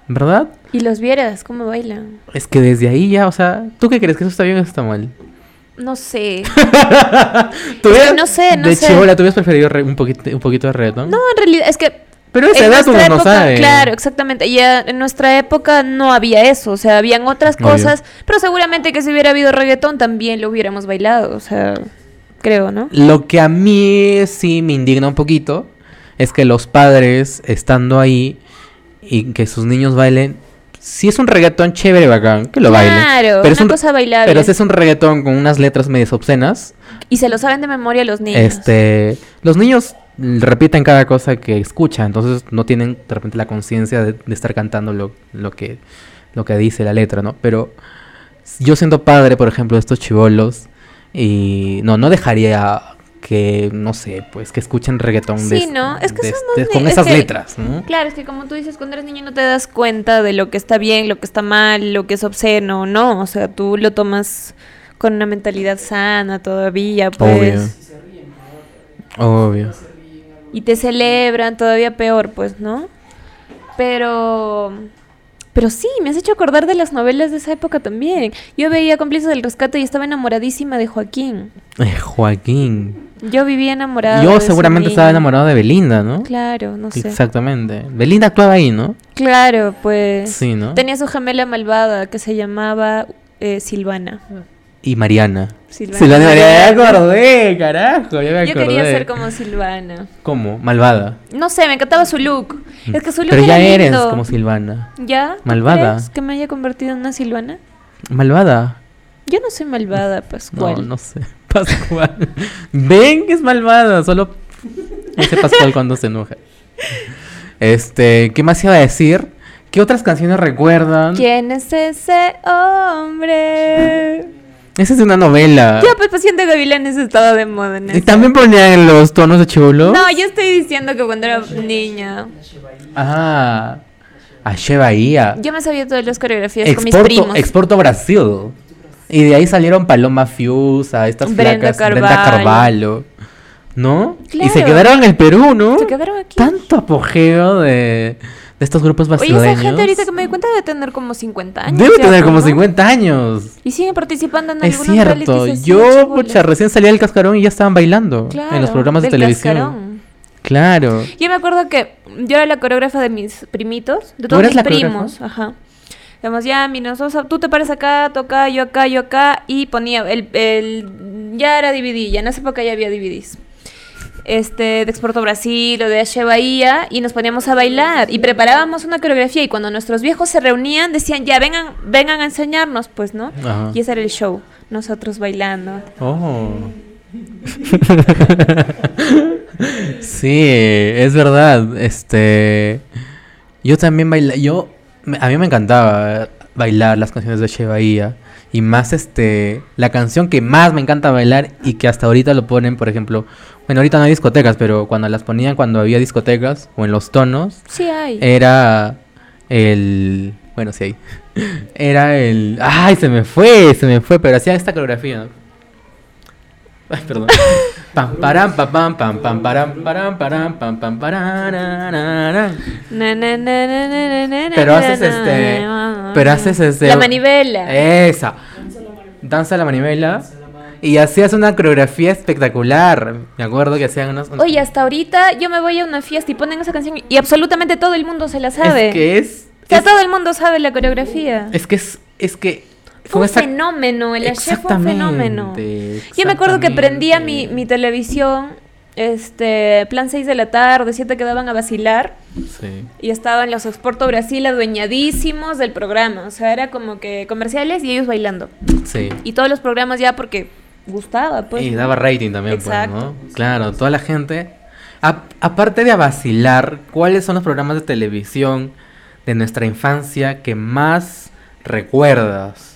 Speaker 1: ¿Verdad?
Speaker 2: Y los vieras, cómo bailan.
Speaker 1: Es que desde ahí ya, o sea, ¿tú qué crees? ¿Que eso está bien o está mal?
Speaker 2: No sé.
Speaker 1: ¿Tú
Speaker 2: Es que
Speaker 1: hubieras-
Speaker 2: no sé, no
Speaker 1: de
Speaker 2: sé.
Speaker 1: chivola, ¿tú hubieras preferido re- un, poquito, un poquito de reggaetón?
Speaker 2: No, en realidad, es que.
Speaker 1: Pero esa
Speaker 2: en
Speaker 1: edad
Speaker 2: nuestra
Speaker 1: uno no
Speaker 2: época-
Speaker 1: sabe.
Speaker 2: Claro, exactamente. Ya en nuestra época no había eso. O sea, habían otras
Speaker 1: Obvio.
Speaker 2: cosas. Pero seguramente que si hubiera habido reggaetón también lo hubiéramos bailado. O sea, creo, ¿no?
Speaker 1: Lo que a mí sí me indigna un poquito es que los padres estando ahí y que sus niños bailen. Si es un reggaetón chévere, bacán, que lo bailen.
Speaker 2: Claro,
Speaker 1: pero es
Speaker 2: una
Speaker 1: un,
Speaker 2: cosa bailable.
Speaker 1: Pero si es un reggaetón con unas letras medias obscenas,
Speaker 2: Y se lo saben de memoria los niños.
Speaker 1: este, los niños mm, repiten cada cosa que escuchan, entonces no tienen de repente la conciencia de, de estar cantando lo, lo que, lo que dice la letra, ¿no? Pero s- yo siendo padre, por ejemplo, de estos chivolos, y no, no dejaría que, no sé, pues que escuchen reggaetón de
Speaker 2: Sí,
Speaker 1: es-
Speaker 2: ¿no? Es que
Speaker 1: de-
Speaker 2: somos
Speaker 1: de-
Speaker 2: ni-
Speaker 1: con
Speaker 2: es
Speaker 1: esas
Speaker 2: que-
Speaker 1: letras, ¿no?
Speaker 2: Claro, es que como tú dices, cuando eres niño no te das cuenta de lo que está bien, lo que está mal, lo que es obsceno, no. O sea, tú lo tomas con una mentalidad sana todavía, pues.
Speaker 1: Obvio. Obvio.
Speaker 2: Y te celebran todavía peor, pues, ¿no? Pero. Pero sí, me has hecho acordar de las novelas de esa época también. Yo veía Cómplices del Rescate y estaba enamoradísima de Joaquín.
Speaker 1: Eh, Joaquín.
Speaker 2: Yo vivía enamorada. de
Speaker 1: Yo
Speaker 2: ese
Speaker 1: seguramente estaba
Speaker 2: niño.
Speaker 1: enamorado de Belinda, ¿no?
Speaker 2: Claro, no sé.
Speaker 1: Exactamente. Belinda actuaba ahí, ¿no?
Speaker 2: Claro, pues.
Speaker 1: Sí, ¿no?
Speaker 2: Tenía su gemela malvada que se llamaba eh, Silvana.
Speaker 1: Y Mariana.
Speaker 2: Silvana.
Speaker 1: Silvana Mariana, ya me acordé, carajo, ya me acordé.
Speaker 2: Yo quería ser como Silvana.
Speaker 1: ¿Cómo? Malvada.
Speaker 2: No sé, me encantaba su look. Es que su look
Speaker 1: Mm. Pero ya
Speaker 2: era
Speaker 1: eres
Speaker 2: lindo.
Speaker 1: como Silvana.
Speaker 2: ¿Ya? ¿Tú
Speaker 1: malvada.
Speaker 2: crees que me haya convertido en una Silvana?
Speaker 1: ¿Malvada?
Speaker 2: Yo no soy malvada, Pascual.
Speaker 1: No, no sé. Pascual. Ven que es malvada, solo dice Pascual cuando se enoja. Este, ¿qué más iba a decir? ¿Qué otras canciones recuerdan?
Speaker 2: ¿Quién es ese hombre?
Speaker 1: Esa es una novela.
Speaker 2: Ya, pues Paciente Gavilanes estaba de moda en
Speaker 1: Ah. ¿Y
Speaker 2: esa.
Speaker 1: también ponían los tonos de chivolo?
Speaker 2: No, yo estoy diciendo que cuando era niña.
Speaker 1: Ah, a Che Bahía.
Speaker 2: Yo me sabía todas las coreografías con mis
Speaker 1: Exporto,
Speaker 2: primos.
Speaker 1: exporto a Brasil. Y de ahí salieron Paloma Fiusa, estas
Speaker 2: Brenda
Speaker 1: flacas, Brenda
Speaker 2: Carvalho.
Speaker 1: Carvalho, ¿no? Y se
Speaker 2: Claro.
Speaker 1: quedaron en el Perú, ¿no?
Speaker 2: Se quedaron aquí.
Speaker 1: Tanto apogeo de, de estos grupos
Speaker 2: Oye,
Speaker 1: brasileños.
Speaker 2: esa gente ahorita que me di cuenta debe tener como 50 años.
Speaker 1: Debe
Speaker 2: ya,
Speaker 1: tener como
Speaker 2: ¿no?
Speaker 1: 50 años.
Speaker 2: Y siguen participando en
Speaker 1: es
Speaker 2: algunos
Speaker 1: cierto.
Speaker 2: realities así,
Speaker 1: Yo,
Speaker 2: chibolas.
Speaker 1: pucha, recién salía del cascarón y ya estaban bailando
Speaker 2: Claro,
Speaker 1: en los programas de
Speaker 2: del
Speaker 1: televisión.
Speaker 2: cascarón.
Speaker 1: Claro.
Speaker 2: Yo me acuerdo que yo era la coreógrafa de mis primitos, de
Speaker 1: ¿Tú
Speaker 2: todos
Speaker 1: eras
Speaker 2: mis
Speaker 1: la
Speaker 2: primos, ajá. Digamos, ya, mi nosotros, tú te paras acá, toca, yo acá, yo acá, y ponía el, el- ya era DVD, ya en esa época ya había DVDs. Este, de Exporto Brasil o de H Bahía, y nos poníamos a bailar y preparábamos una coreografía. Y cuando nuestros viejos se reunían, decían, ya vengan, vengan a enseñarnos, pues, ¿no?
Speaker 1: Ajá.
Speaker 2: Y ese era el show, nosotros bailando.
Speaker 1: Oh. sí, es verdad. Este. Yo también bailé. Yo. me- A mí me encantaba bailar las canciones de Che Bahía. Y más este. La canción que más me encanta bailar y que hasta ahorita lo ponen, por ejemplo. Bueno, ahorita no hay discotecas, pero cuando las ponían cuando había discotecas o en los tonos,
Speaker 2: Sí, hay.
Speaker 1: era el. Bueno, sí, ahí. Era el. ¡Ay, se me fue! Se me fue, pero hacía esta coreografía. Ay, perdón. Pam, param, pam, pam, pam, pam, param, param, param, pam, pam, paranarara.
Speaker 2: Na, na, na, na, na, na, na,
Speaker 1: Pero
Speaker 2: na,
Speaker 1: haces
Speaker 2: na,
Speaker 1: este-
Speaker 2: na, na,
Speaker 1: pero
Speaker 2: na.
Speaker 1: haces este-
Speaker 2: La manivela.
Speaker 1: Esa. Danza la manivela. Y hacías una coreografía espectacular. Me acuerdo que hacían unos.
Speaker 2: Oye, hasta ahorita yo me voy a una fiesta y ponen esa canción y absolutamente todo el mundo se la sabe.
Speaker 1: Es que es.
Speaker 2: O sea,
Speaker 1: es-
Speaker 2: todo el mundo sabe la coreografía.
Speaker 1: Es que es. Es que.
Speaker 2: Fue
Speaker 1: con
Speaker 2: un
Speaker 1: esa-
Speaker 2: fenómeno, el Ayer fue un fenómeno.
Speaker 1: Exactamente,
Speaker 2: Yo me acuerdo que prendía mi,
Speaker 1: exactamente.
Speaker 2: mi televisión, este, plan 6 de la tarde, 7 quedaban a vacilar
Speaker 1: Sí.
Speaker 2: y estaban los Exporto Brasil adueñadísimos del programa. O sea, era como que comerciales y ellos bailando.
Speaker 1: Sí.
Speaker 2: Y todos los programas ya porque gustaba, pues.
Speaker 1: y
Speaker 2: ¿no?
Speaker 1: daba rating también,
Speaker 2: Exacto.
Speaker 1: pues, ¿no? Claro, toda la gente. A- aparte de a vacilar, ¿cuáles son los programas de televisión de nuestra infancia que más recuerdas?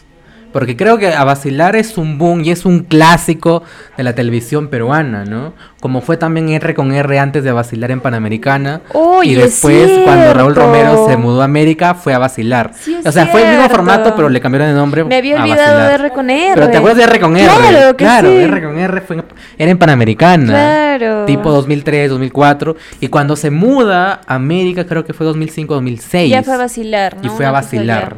Speaker 1: Porque creo que a vacilar es un boom y es un clásico de la televisión peruana, ¿no? Como fue también R con R antes de vacilar en Panamericana.
Speaker 2: Oye,
Speaker 1: y
Speaker 2: es
Speaker 1: después, cuando Raúl
Speaker 2: cierto.
Speaker 1: Romero se mudó a América, fue a vacilar.
Speaker 2: Sí, es
Speaker 1: o sea, fue el mismo
Speaker 2: cierto.
Speaker 1: formato, pero le cambiaron de nombre.
Speaker 2: Me había
Speaker 1: a
Speaker 2: olvidado
Speaker 1: Vacilar.
Speaker 2: de R con R.
Speaker 1: Pero te acuerdas de R con R.
Speaker 2: Claro que sí.
Speaker 1: R con R fue, en- era en Panamericana.
Speaker 2: Claro.
Speaker 1: Tipo 2003, 2004. Y cuando se muda a América, creo que fue 2005, 2006.
Speaker 2: Ya fue a vacilar, ¿no? pues,
Speaker 1: Y fue a
Speaker 2: Una cosa
Speaker 1: vacilar.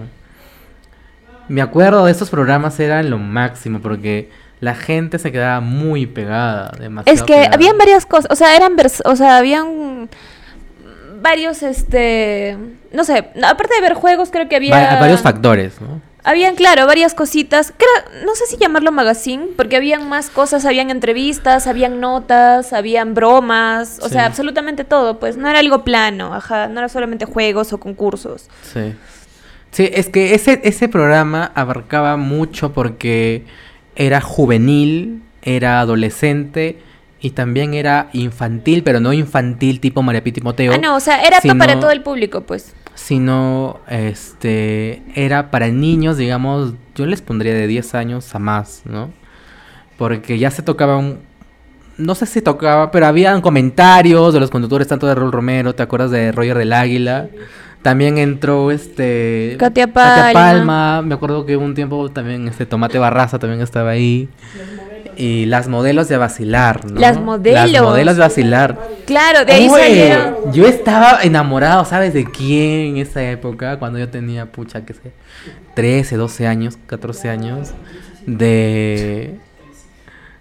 Speaker 1: Me acuerdo de estos programas, eran lo máximo. Porque la gente se quedaba muy pegada. Demasiado
Speaker 2: Es que
Speaker 1: pegada.
Speaker 2: habían varias cosas, o sea, eran, vers- o sea, habían varios, este, no sé, no, aparte de ver juegos, creo que había...
Speaker 1: Va- varios factores, ¿no?
Speaker 2: Habían, claro, varias cositas, creo, no sé si llamarlo magazine, porque habían más cosas, habían entrevistas, habían notas, habían bromas, o
Speaker 1: Sí.
Speaker 2: sea, absolutamente todo, pues no era algo plano, ajá, no era solamente juegos o concursos.
Speaker 1: Sí. Sí, es que ese, ese programa abarcaba mucho porque era juvenil, era adolescente y también era infantil, pero no infantil tipo María Pía y Timoteo.
Speaker 2: Ah, no, o sea, era apto
Speaker 1: sino-
Speaker 2: para todo el público, pues.
Speaker 1: Sino, este, era para niños, digamos, yo les pondría de 10 años a más, ¿no? Porque ya se tocaba un... No sé si tocaba, pero habían comentarios de los conductores, tanto de Raúl Romero, ¿te acuerdas de Roger del Águila? También entró este...
Speaker 2: Katia Palma.
Speaker 1: Palma, Me acuerdo que hubo un tiempo también este Tomate Barraza también estaba ahí. Y las modelos de vacilar, ¿no?
Speaker 2: Las
Speaker 1: Las
Speaker 2: modelos.
Speaker 1: modelos de vacilar.
Speaker 2: Claro, de ahí
Speaker 1: Uy,
Speaker 2: salieron...
Speaker 1: Yo estaba enamorado, ¿sabes de quién en esa época? Cuando yo tenía, pucha, qué sé, 13, 12 años, 14 años. De.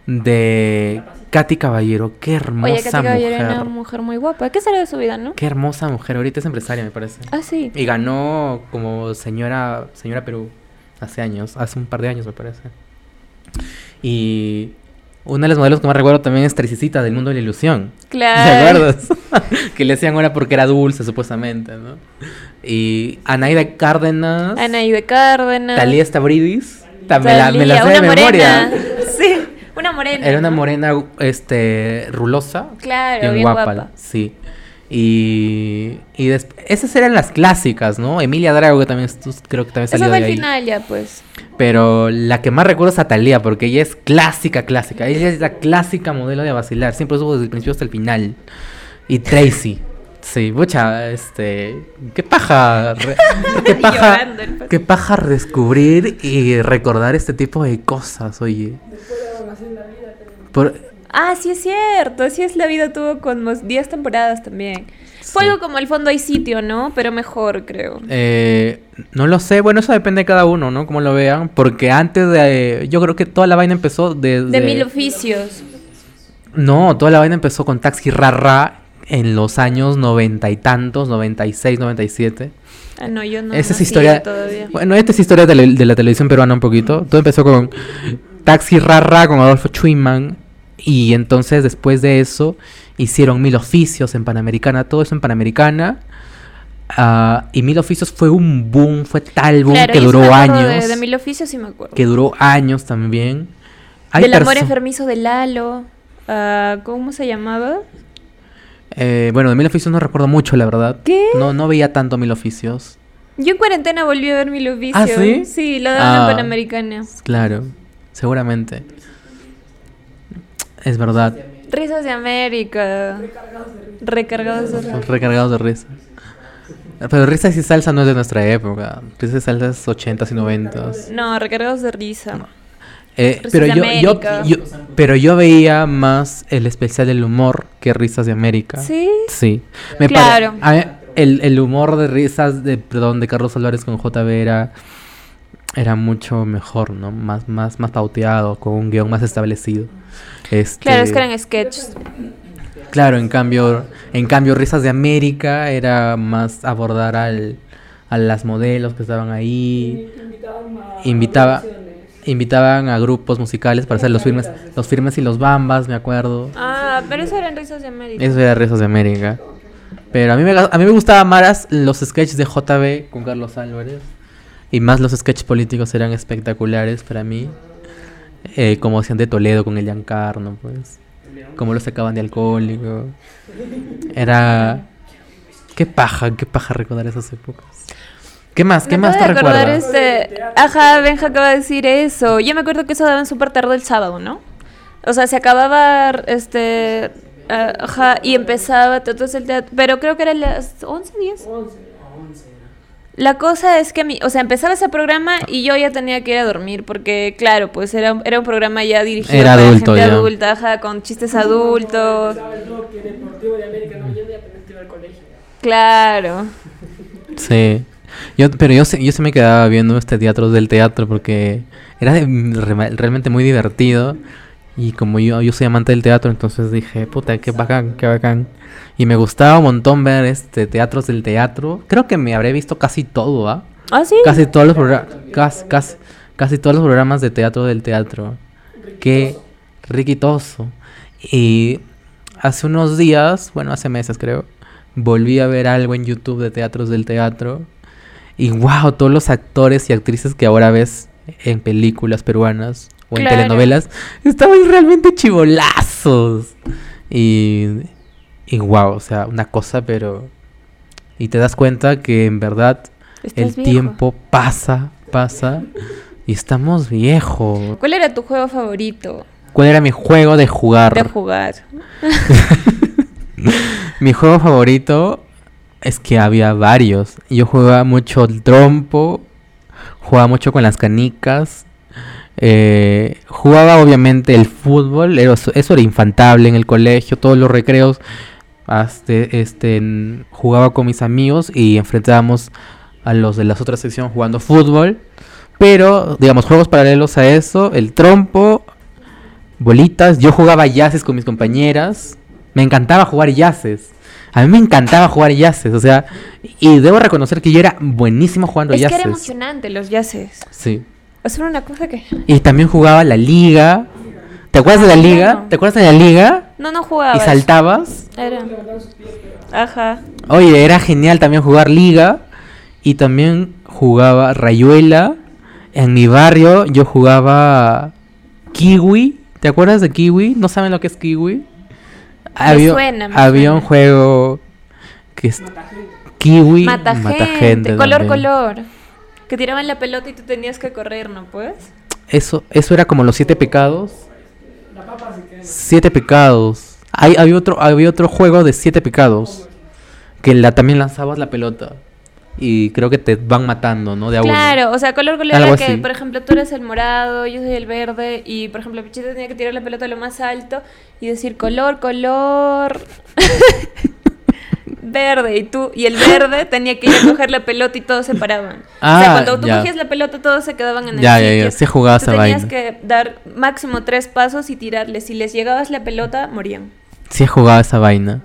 Speaker 1: De. Katy Caballero. Qué hermosa
Speaker 2: Oye, Katy Caballero
Speaker 1: mujer.
Speaker 2: era una mujer muy guapa. ¿Qué será de su vida, no?
Speaker 1: Qué hermosa mujer. Ahorita es empresaria, me parece.
Speaker 2: Ah, sí.
Speaker 1: Y ganó como señora, señora Perú hace años, hace un par de años me parece. Y una de las modelos que más recuerdo también es Tricicita del mundo de la ilusión. ¿Te
Speaker 2: Claro.
Speaker 1: acuerdas? que le decían ahora porque era dulce, supuestamente, ¿no? Y Anaida Cárdenas,
Speaker 2: Anaí de Cárdenas.
Speaker 1: Talía Stavridis, también la- me la
Speaker 2: Thalía,
Speaker 1: sé de
Speaker 2: una
Speaker 1: memoria.
Speaker 2: morena. Sí, una morena.
Speaker 1: Era una
Speaker 2: ¿no?
Speaker 1: morena este rulosa,
Speaker 2: Claro,
Speaker 1: bien,
Speaker 2: bien,
Speaker 1: guapa,
Speaker 2: guapa.
Speaker 1: sí. Y, y des- esas eran las clásicas, ¿no? Emilia Drago que también estu- creo que también
Speaker 2: Eso
Speaker 1: salió de
Speaker 2: fue el
Speaker 1: ahí.
Speaker 2: final ya, pues.
Speaker 1: Pero la que más recuerdo es a Thalía, porque ella es clásica, clásica. Ella es la clásica modelo de vacilar. Siempre estuvo desde el principio hasta el final. Y Tracy. Sí, mucha, este, qué paja, re- qué paja,
Speaker 2: Llorando el perro.
Speaker 1: qué paja descubrir y recordar este tipo de cosas, oye. Por,
Speaker 2: Ah, sí es cierto, así es la vida tuvo como 10 temporadas también. Fue
Speaker 1: Sí.
Speaker 2: algo como el fondo hay sitio, ¿no? Pero mejor, creo.
Speaker 1: eh, no lo sé, bueno, eso depende de cada uno, ¿no? Como lo vean, porque antes de, yo creo que toda la vaina empezó desde...
Speaker 2: De mil oficios.
Speaker 1: No, toda la vaina empezó con Taxi Rara en los años noventa y tantos, 96, 97.
Speaker 2: Ah, no, yo no.
Speaker 1: Esa es
Speaker 2: nací
Speaker 1: historia.
Speaker 2: Todavía.
Speaker 1: Bueno, esta es historia de la, de la televisión peruana un poquito. Todo empezó con Taxi Rara con Adolfo Schwiman. Y entonces, después de eso, hicieron Mil Oficios en Panamericana. Todo eso en Panamericana. Ah, y Mil Oficios fue un boom, fue tal boom
Speaker 2: Claro,
Speaker 1: que
Speaker 2: yo sí me
Speaker 1: duró
Speaker 2: acuerdo
Speaker 1: años.
Speaker 2: De, de mil oficios sí me acuerdo.
Speaker 1: Que duró años también. Hay
Speaker 2: Del amor
Speaker 1: perso-
Speaker 2: enfermizo de Lalo. Ah, ¿Cómo se llamaba?
Speaker 1: Eh, bueno, de Mil Oficios no recuerdo mucho, la verdad.
Speaker 2: ¿Qué?
Speaker 1: No, no veía tanto Mil Oficios.
Speaker 2: Yo en cuarentena volví a ver mil oficios.
Speaker 1: ¿Ah, sí?
Speaker 2: Sí, lo daban
Speaker 1: Ah.
Speaker 2: en Panamericana.
Speaker 1: Claro, seguramente. Es verdad.
Speaker 2: Risas de América. Recargados de risa.
Speaker 1: Recargados de risa. Pero risas y salsa no es de nuestra época. Risas y salsa es 80s y 90s.
Speaker 2: No, recargados de risa.
Speaker 1: Eh,
Speaker 2: Risas
Speaker 1: pero,
Speaker 2: de
Speaker 1: yo, yo,
Speaker 2: América.
Speaker 1: yo- pero yo veía más el especial del humor que Risas de América.
Speaker 2: ¿Sí?
Speaker 1: Sí. Me
Speaker 2: Claro.
Speaker 1: pare- a mí el, el humor de risas de, perdón, de Carlos Álvarez con JB era, era mucho mejor, ¿no? Más, más, más pauteado, con un guión más establecido. Este,
Speaker 2: Claro, es que eran sketches.
Speaker 1: Claro, en cambio, en cambio Risas de América era más abordar al, a las modelos que estaban ahí, invitaba, invitaban a grupos musicales para hacer los firmes, los firmes y los bambas, me acuerdo.
Speaker 2: Ah, pero eso eran risas de América.
Speaker 1: Eso era Risas de América. Pero a mí me, ga- a mí me gustaban más los sketches de JB con Carlos Álvarez. Y más los sketches políticos eran espectaculares para mí. Eh, como hacían de Toledo con el Giancarlo, pues. Como lo sacaban de alcohólico. Era... Qué paja, qué paja recordar esas épocas. ¿Qué más? ¿Qué
Speaker 2: me
Speaker 1: más
Speaker 2: acabo
Speaker 1: te
Speaker 2: de acordar,
Speaker 1: recuerdas?
Speaker 2: Este... Ajá, Benja acaba de decir eso. Yo me acuerdo que eso daban súper tarde el sábado, ¿no? O sea, se acababa, este... ah, ajá, y empezaba entonces el teatro. Pero creo que era las 11, 10. La cosa es que, mi, o sea, empezaba ese programa y yo ya tenía que ir a dormir porque, claro, pues era, un- era un programa ya dirigido
Speaker 1: Era
Speaker 2: para
Speaker 1: adulto
Speaker 2: gente
Speaker 1: ya.
Speaker 2: adulta, ajá, con chistes adultos.
Speaker 3: Estaba el rock en el Deportivo de América, no, yo ya apenas que iba al colegio.
Speaker 2: Claro.
Speaker 1: Sí. Yo, pero yo, se- yo se me quedaba viendo este teatro del teatro porque era de- re- realmente muy divertido. Y como yo, yo soy amante del teatro, entonces dije, puta, qué bacán, qué bacán. Y me gustaba un montón ver este teatros del teatro. Creo que me habré visto casi todo, ¿ah?
Speaker 2: ¿Ah, sí?
Speaker 1: Casi todos los programas. Casi, casi, casi todos los programas de teatro del teatro. Qué riquitoso. Y hace unos días, bueno, hace meses creo, volví a ver algo en YouTube de teatros del teatro. Y wow, todos los actores y actrices que ahora ves en películas peruanas o en
Speaker 2: Claro.
Speaker 1: telenovelas estaban realmente chivolazos. Y, y wow, o sea, una cosa, pero. Y te das cuenta que en verdad el
Speaker 2: Estás viejo.
Speaker 1: tiempo pasa, pasa. Y estamos viejos.
Speaker 2: ¿Cuál era tu juego favorito
Speaker 1: ¿Cuál era mi juego de jugar?
Speaker 2: de jugar?
Speaker 1: mi juego favorito es que había varios. Yo jugaba mucho el trompo, jugaba mucho con las canicas. eh, jugaba obviamente el fútbol, era- eso era infantable en el colegio, todos los recreos. hasta- este, n- jugaba con mis amigos y enfrentábamos a los de las otras secciones jugando fútbol. Pero, digamos, juegos paralelos a eso, el trompo, bolitas. Yo jugaba yaces con mis compañeras. Me encantaba jugar yaces. A mí me encantaba jugar yaces, o sea, y debo reconocer que yo era buenísimo jugando
Speaker 2: es que
Speaker 1: yaces.
Speaker 2: era emocionante los yaces.
Speaker 1: Sí.
Speaker 2: O sea, era una cosa que...
Speaker 1: Y también jugaba la liga. ¿Te acuerdas de la
Speaker 2: Ah,
Speaker 1: liga?
Speaker 2: claro.
Speaker 1: ¿Te acuerdas de la liga?
Speaker 2: No, no jugaba.
Speaker 1: Y saltabas.
Speaker 2: Era... Ajá.
Speaker 1: Oye, era genial también jugar liga. Y también jugaba rayuela. En mi barrio yo jugaba kiwi. ¿Te acuerdas de kiwi? ¿No saben lo que es kiwi?
Speaker 2: suena, me
Speaker 1: había
Speaker 2: suena.
Speaker 1: un juego que es kiwi.
Speaker 2: Mata gente.
Speaker 1: gente también.
Speaker 2: color, color. Que tiraban la pelota y tú tenías que correr, ¿no? Pues...
Speaker 1: Eso, eso era como los siete pecados. Siete pecados. Hay, había otro, había otro juego de siete pecados. que la, también lanzabas la pelota. Y creo que te van matando, ¿no? De a uno.
Speaker 2: Claro, o sea, color color
Speaker 1: Algo
Speaker 2: era que,
Speaker 1: así.
Speaker 2: por ejemplo, tú eres el morado, yo soy el verde, y por ejemplo, Pichita tenía que tirar la pelota lo más alto y decir color, color. verde, y tú, y el verde tenía que ir a coger la pelota y todos se paraban. o sea,
Speaker 1: Ah,
Speaker 2: cuando tú
Speaker 1: ya.
Speaker 2: jugabas la pelota, todos se quedaban en el
Speaker 1: Ya, ya,
Speaker 2: sitio.
Speaker 1: ya, sí jugaba
Speaker 2: Tú
Speaker 1: esa vaina.
Speaker 2: tenías que dar máximo tres pasos y tirarles. Si les llegabas la pelota, morían.
Speaker 1: Sí he jugado esa vaina.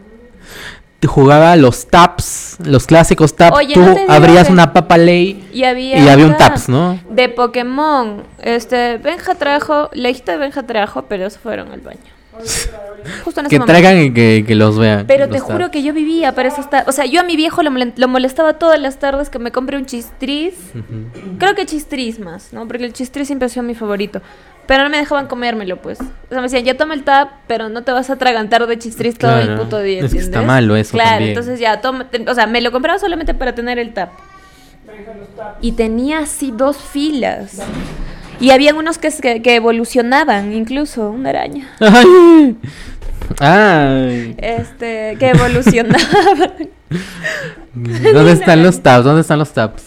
Speaker 1: Te Jugaba los taps, los clásicos taps.
Speaker 2: Oye,
Speaker 1: Tú
Speaker 2: no te digo
Speaker 1: abrías
Speaker 2: que-
Speaker 1: una papa ley
Speaker 2: Y había,
Speaker 1: y había un
Speaker 2: acá
Speaker 1: taps, ¿no?
Speaker 2: De Pokémon. Este, Benja trajo, la hijita de Benja trajo, pero se fueron al baño. Justo en ese
Speaker 1: Que
Speaker 2: momento.
Speaker 1: traigan y que, que los vean.
Speaker 2: Pero
Speaker 1: los
Speaker 2: te juro
Speaker 1: taps.
Speaker 2: que yo vivía para esas tardes. O sea, yo a mi viejo lo, molen- lo molestaba todas las tardes que me compre un chistriz.
Speaker 1: Ujú.
Speaker 2: Creo que chistriz más, ¿no? Porque el chistriz siempre ha sido mi favorito. Pero no me dejaban comérmelo, pues. O sea, me decían, ya toma el tap, pero no te vas a atragantar de chistriz todo el
Speaker 1: Claro.
Speaker 2: puto día,
Speaker 1: Es que está
Speaker 2: ¿entiendes?
Speaker 1: malo eso
Speaker 2: Claro,
Speaker 1: también.
Speaker 2: entonces ya, toma, te- o sea, me lo compraba solamente para tener el tap. Y tenía así dos filas. Y habían unos que, que- que evolucionaban, incluso, una araña.
Speaker 1: ¡Ay! ¡Ay!
Speaker 2: Este, que evolucionaban.
Speaker 1: Mm, ¿Dónde están los taps? ¿Dónde están los taps?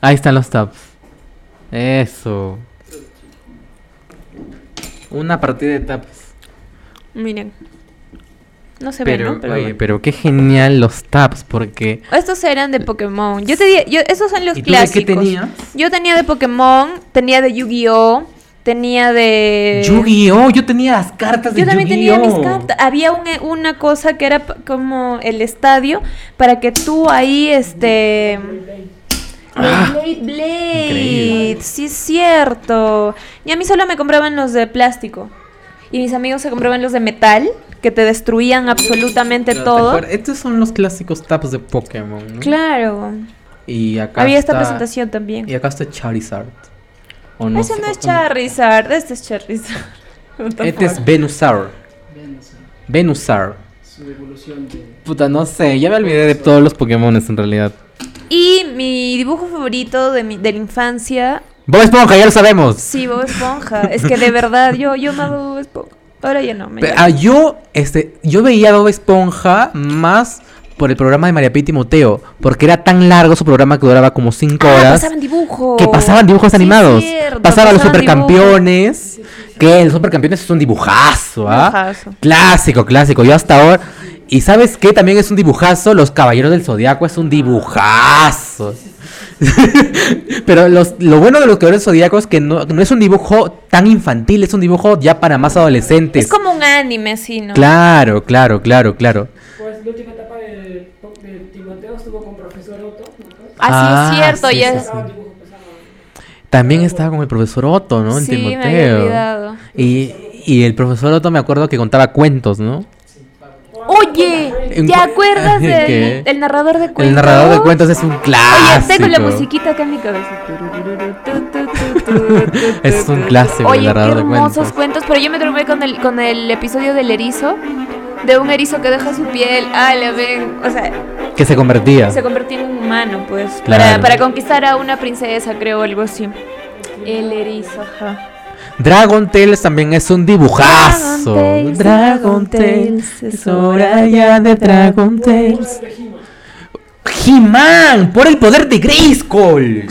Speaker 1: Ahí están los taps. Eso. Una partida de taps.
Speaker 2: Miren. No se
Speaker 1: pero,
Speaker 2: ve, ¿no? Pero
Speaker 1: oye,
Speaker 2: bueno.
Speaker 1: pero qué genial los taps, porque.
Speaker 2: Estos eran de Pokémon. Yo te di- yo, esos son los
Speaker 1: ¿Y tú de
Speaker 2: clásicos.
Speaker 1: qué tenías?
Speaker 2: Yo tenía de Pokémon, tenía de Yu-Gi-Oh, tenía de
Speaker 1: Yu-Gi-Oh! Yo tenía las cartas de
Speaker 2: Eh, Yo también tenía mis
Speaker 1: Yu-Gi-Oh!
Speaker 2: cartas. Había un- eh, una cosa que era p- como el estadio para que tú ahí este Blade Blade.
Speaker 1: Ah. Increíble.
Speaker 2: Sí es cierto. Y a mí solo me compraban los de plástico. Y mis amigos se compraban los de metal que te destruían absolutamente
Speaker 1: Claro, ¿te
Speaker 2: todo.
Speaker 1: acuerdas? Estos son los clásicos taps de Pokémon. ¿no?
Speaker 2: Claro.
Speaker 1: Y acá
Speaker 2: Había esta
Speaker 1: está-
Speaker 2: presentación también.
Speaker 1: Y acá está Charizard. O
Speaker 2: Ese
Speaker 1: sé,
Speaker 2: no es
Speaker 1: o- o-
Speaker 2: Charizard, este es Charizard. What the
Speaker 1: Este es
Speaker 2: fuck.
Speaker 1: Venusaur. Venusaur.
Speaker 4: Su evolución de...
Speaker 1: Puta, no sé. Ya me olvidé de todos los Pokémon en realidad.
Speaker 2: Y mi dibujo favorito de, mi- de la infancia,
Speaker 1: Bob Esponja, ya lo sabemos.
Speaker 2: sí, Bob Esponja. es que de verdad, yo, yo amaba Bob Esponja. Ahora ya no, me
Speaker 1: Pe-
Speaker 2: llamo.
Speaker 1: ah, yo, este, yo veía Bob Esponja más por el programa de María Pía y Timoteo. Porque era tan largo su programa que duraba como 5
Speaker 2: Ah,
Speaker 1: horas.
Speaker 2: pasaban dibujos.
Speaker 1: Que pasaban dibujos
Speaker 2: Sí,
Speaker 1: animados.
Speaker 2: cierto,
Speaker 1: pasaban los
Speaker 2: pasaban
Speaker 1: supercampeones. Que los supercampeones es un dibujazo, ¿ah?
Speaker 2: Dibujazo.
Speaker 1: Clásico, clásico. Yo hasta ahora. Y sabes qué también es un dibujazo, Los Caballeros del Zodiaco es un dibujazo. Pero los- lo bueno de los Caballeros del Zodiaco es que no, no es un dibujo tan infantil, es un dibujo ya para más adolescentes.
Speaker 2: Es como un anime, sí, ¿no?
Speaker 1: Claro, claro, claro, claro.
Speaker 3: Pues la última etapa del, del Timoteo estuvo con profesor Otto. ¿no? Pues,
Speaker 2: Así
Speaker 1: Ah,
Speaker 2: es cierto,
Speaker 1: sí,
Speaker 2: ya
Speaker 1: sí,
Speaker 2: es-
Speaker 1: sí.
Speaker 3: sacaba dibujos, pesaba.
Speaker 1: También estaba con el profesor Otto, ¿no? En
Speaker 2: Sí, me
Speaker 1: Timoteo.
Speaker 2: había olvidado.
Speaker 1: Y, y el profesor Otto me acuerdo que contaba cuentos, ¿no?
Speaker 2: Oye,
Speaker 1: En
Speaker 2: ¿te
Speaker 1: cu-
Speaker 2: acuerdas del
Speaker 1: ¿Qué?
Speaker 2: el narrador de cuentos?
Speaker 1: El narrador de cuentos es un
Speaker 2: Oye,
Speaker 1: clásico.
Speaker 2: tengo la musiquita acá en mi cabeza.
Speaker 1: Es un clásico,
Speaker 2: Oye,
Speaker 1: el
Speaker 2: qué
Speaker 1: narrador de
Speaker 2: hermosos
Speaker 1: cuentos.
Speaker 2: cuentos, pero yo me traumé con el, con el episodio del erizo, de un erizo que deja su piel, ah, la ven, o sea,
Speaker 1: Que se convertía.
Speaker 2: se convertía en un humano, pues, para,
Speaker 1: Claro.
Speaker 2: para conquistar a una princesa, creo, algo así. El erizo, ajá.
Speaker 1: Dragon Tales también es un dibujazo.
Speaker 2: Dragon Tales, Dragon Tales, es hora ya de Dragon
Speaker 1: Tales. He-Man, por el poder de Grayskull.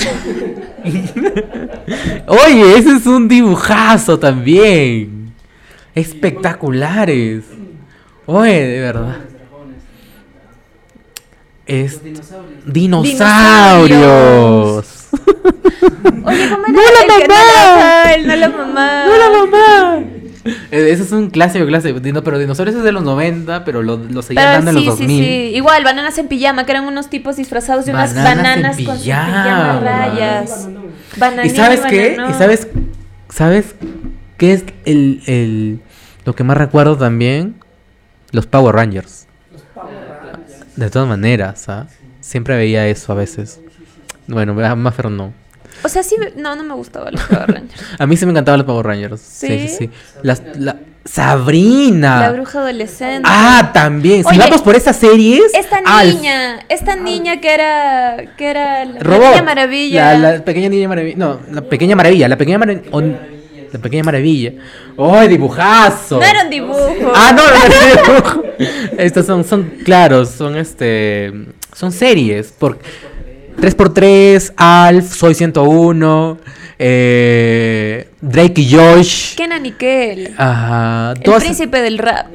Speaker 1: Oye, ese es un dibujazo también. Espectaculares. Oye, de verdad. Es
Speaker 4: Los dinosaurios.
Speaker 1: dinosaurios.
Speaker 2: Oye, ¿cómo era
Speaker 1: ¡No la
Speaker 2: el que-
Speaker 1: mamá!
Speaker 2: No la mamá, no
Speaker 1: ¡No
Speaker 2: la mamá.
Speaker 1: mamá! Eh, Ese es un clásico, clásico. Dino- pero dinosaurios es de los 90, pero lo, lo seguían
Speaker 2: Pero
Speaker 1: dando en
Speaker 2: sí,
Speaker 1: los
Speaker 2: sí,
Speaker 1: 2000.
Speaker 2: sí. Igual, bananas en pijama, que eran unos tipos disfrazados de unas
Speaker 1: Bananas en
Speaker 2: bananas con sus pijamas
Speaker 1: pijama.
Speaker 2: rayas.
Speaker 3: Iba,
Speaker 1: ¿Y
Speaker 2: Bananini,
Speaker 1: sabes qué?
Speaker 2: bananón.
Speaker 1: ¿Y sabes, sabes qué es el, el- lo que más recuerdo también? Los Power Rangers. De todas maneras, ¿ah? Siempre veía eso a veces. Bueno, a Maffer no.
Speaker 2: O sea, sí, me- no, no me gustaba los Power Rangers.
Speaker 1: A mí se me encantaban los Power Rangers. Sí, sí,
Speaker 2: ¿Sí?
Speaker 1: sí. Las, la- Sabrina.
Speaker 2: La bruja adolescente.
Speaker 1: Ah, también. Si
Speaker 2: Oye,
Speaker 1: vamos por esas series.
Speaker 2: Esta
Speaker 1: al-
Speaker 2: niña, esta niña que era, que era la
Speaker 1: Robot.
Speaker 2: Niña maravilla.
Speaker 1: La, la pequeña niña maravilla. No, la pequeña maravilla. La pequeña maravilla. La Pequeña Maravilla. ¡Oh, dibujazo!
Speaker 2: No era un dibujo.
Speaker 1: Ah, no, no era dibujo. Estos son, son claros, son este. Son series. Por, 3x3, Alf, Soy 101, eh, Drake y Josh.
Speaker 2: Kenan y Kel.
Speaker 1: Ajá,
Speaker 2: El
Speaker 1: todas,
Speaker 2: príncipe del rap.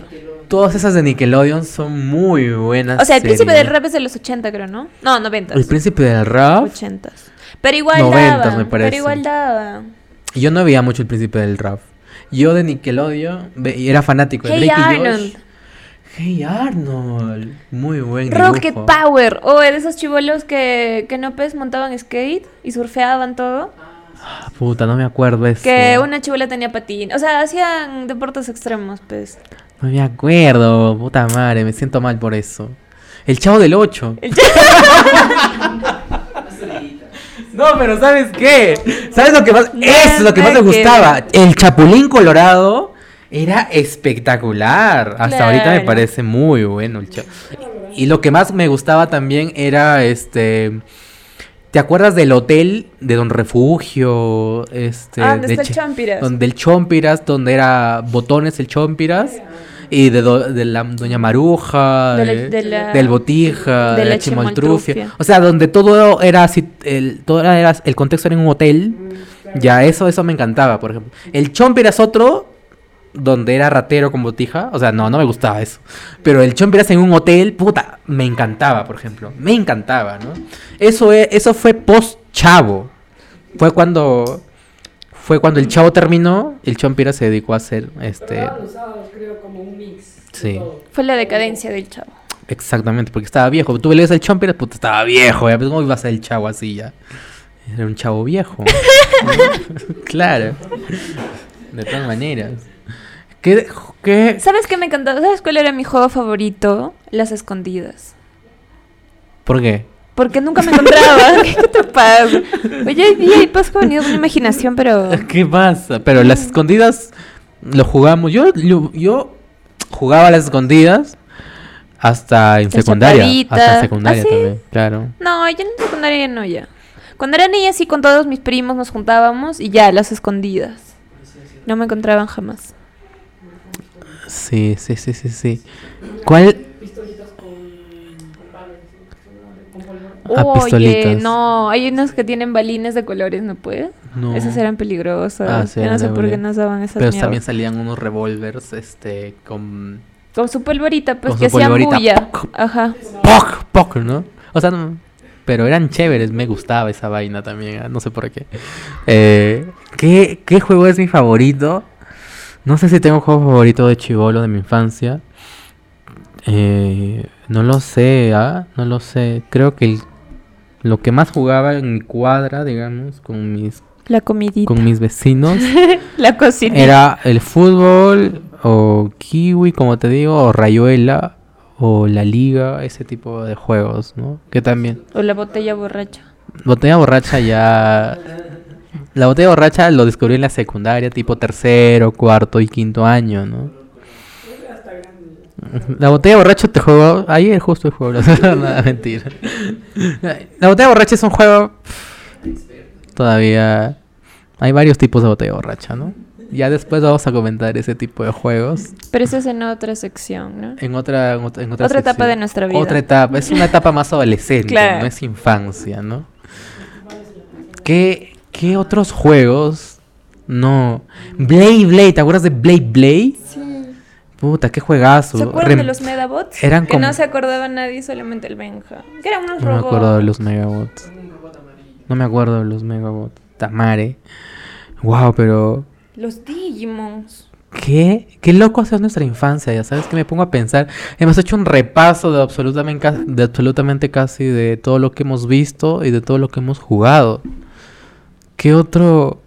Speaker 1: todas esas de Nickelodeon son muy buenas.
Speaker 2: O sea, el príncipe
Speaker 1: series.
Speaker 2: del rap es de los 80, creo, ¿no? No, 90.
Speaker 1: El príncipe del rap.
Speaker 2: 80. Pero igual
Speaker 1: 90s,
Speaker 2: daba.
Speaker 1: me parece.
Speaker 2: Pero igual daba.
Speaker 1: Yo no veía mucho el príncipe del rap. Yo de Nickelodeon ve- y era fanático de
Speaker 2: Hey
Speaker 1: Drake y Josh.
Speaker 2: Arnold.
Speaker 1: Hey Arnold. Muy buen
Speaker 2: Rocket
Speaker 1: dibujo.
Speaker 2: Power. O de esos chivolos que, que no pues montaban skate y surfeaban todo.
Speaker 1: Ah, Puta, no me acuerdo eso.
Speaker 2: Que una chivola tenía patín. O sea, hacían deportes extremos, pues.
Speaker 1: No me acuerdo. Puta madre, me siento mal por eso. El chavo del 8. No, pero ¿sabes qué? ¿Sabes lo que más? Eso es lo que más me
Speaker 2: Nada que
Speaker 1: gustaba. El Chapulín Colorado era espectacular. Hasta ahorita me
Speaker 2: Claro.
Speaker 1: parece muy bueno el Chapulín. Y lo que más me gustaba también era este. ¿Te acuerdas del hotel de Don Refugio? Este,
Speaker 2: Ah, ¿dónde
Speaker 1: de
Speaker 2: está el
Speaker 1: Ch-
Speaker 2: Champiras?
Speaker 1: Donde el Chompiras, donde era Botones el Chompiras. Y de, do- de la Doña Maruja,
Speaker 2: De la-
Speaker 1: eh,
Speaker 2: de la-
Speaker 1: del Botija, de,
Speaker 2: de
Speaker 1: la
Speaker 2: la
Speaker 1: Chimoltrufia.
Speaker 2: Chimoltrufia.
Speaker 1: O sea, donde todo era así, el, todo era, el contexto era en un hotel. Ya, eso, eso me encantaba, por ejemplo. El Chompiras otro, donde era ratero con botija. O sea, no, no me gustaba eso. Pero el Chompiras en un hotel, puta, me encantaba, por ejemplo. Me encantaba, ¿no? Eso, e- eso fue post-chavo. Fue cuando... Fue cuando el chavo terminó, el Chompiras se dedicó a hacer este...
Speaker 3: Pero usado, creo, como un mix. de
Speaker 1: Sí.
Speaker 3: todo.
Speaker 2: Fue la decadencia del chavo.
Speaker 1: Exactamente, porque estaba viejo. Tú le lees al Chompiras, puta, estaba viejo. Ya, Pues, ¿Cómo iba a ser el chavo así ya? Era un chavo viejo. claro. De todas maneras. ¿Qué, qué?
Speaker 2: ¿Sabes qué me encantaba? ¿Sabes cuál era mi juego favorito? Las escondidas.
Speaker 1: ¿Por qué?
Speaker 2: Porque nunca me encontraba. ¿Qué te pasa? Oye, hoy día hay Pascua venido con una imaginación, pero.
Speaker 1: ¿Qué pasa? Pero las escondidas lo jugamos. Yo, yo, yo jugaba a las escondidas hasta en
Speaker 2: Las
Speaker 1: secundaria. Hasta en
Speaker 2: chaparritas.
Speaker 1: secundaria
Speaker 2: ¿Ah, sí?
Speaker 1: también, claro.
Speaker 2: No, yo en secundaria no ya. Cuando era niña sí con todos mis primos nos juntábamos y ya, las escondidas. No me encontraban jamás.
Speaker 1: Sí, sí, sí, sí, sí. ¿Cuál?
Speaker 3: Pistolitas con, con balas, ¿sí? con polvo.
Speaker 1: Ah, pistolitas.
Speaker 2: no, hay unos que tienen balines de colores, ¿no puedes?
Speaker 1: No.
Speaker 2: Esas eran peligrosas.
Speaker 1: Ah, sí,
Speaker 2: yo
Speaker 1: eran
Speaker 2: no sé
Speaker 1: de
Speaker 2: por qué
Speaker 1: balín.
Speaker 2: nos daban esas
Speaker 1: Pero
Speaker 2: mierdas.
Speaker 1: también salían unos revólvers, este, con...
Speaker 2: Con su polvorita, pues
Speaker 1: Con
Speaker 2: que
Speaker 1: su
Speaker 2: hacían
Speaker 1: polvorita.
Speaker 2: bulla. Ajá.
Speaker 1: ¡Poc! ¡Poc! ¿No? O sea, no... Pero eran chéveres, me gustaba esa vaina también, ah, no sé por qué. Eh, ¿qué, qué juego es mi favorito? No sé si tengo un juego favorito de chivolo de mi infancia. Eh, no lo sé, ¿ah? No lo sé. Creo que el- lo que más jugaba en mi cuadra, digamos, con mis,
Speaker 2: La comidita.
Speaker 1: con mis vecinos,
Speaker 2: La cocinita.
Speaker 1: Era el fútbol o kiwi, como te digo, o rayuela o la liga, ese tipo de juegos, ¿no? Que también.
Speaker 2: O la botella borracha.
Speaker 1: Botella borracha ya... La botella borracha lo descubrí en la secundaria, tipo tercero, cuarto y quinto año, ¿no? La botella borracha te jugó ayer justo el juego. Nada, mentira. La botella borracha es un juego... Todavía... Hay varios tipos de botella borracha, ¿no? Ya después vamos a comentar ese tipo de juegos.
Speaker 2: Pero eso es en otra sección, ¿no?
Speaker 1: En otra, en otra, en otra
Speaker 2: Otra etapa
Speaker 1: sección.
Speaker 2: de nuestra vida.
Speaker 1: Otra etapa, es una etapa más adolescente,
Speaker 2: Claro.
Speaker 1: no es infancia, ¿no? ¿Qué, qué otros juegos? No. Blade Blade, ¿te acuerdas de Blade Blade?
Speaker 2: Sí.
Speaker 1: Puta, qué juegazo.
Speaker 2: ¿Se acuerdan
Speaker 1: Rem-
Speaker 2: de los Medabots?
Speaker 1: eran
Speaker 2: que
Speaker 1: como-
Speaker 2: no se acordaba nadie, solamente el Benja. Que eran unos
Speaker 1: No me
Speaker 2: robots.
Speaker 1: acuerdo de los Megabots. No me acuerdo de los Megabots. Tamare. Wow, pero
Speaker 2: Los Digimons.
Speaker 1: ¿Qué? Qué loco ha sido nuestra infancia, ya sabes que me pongo a pensar. Hemos hecho un repaso de absolutamente, ca- de absolutamente casi de todo lo que hemos visto y de todo lo que hemos jugado. ¿Qué otro?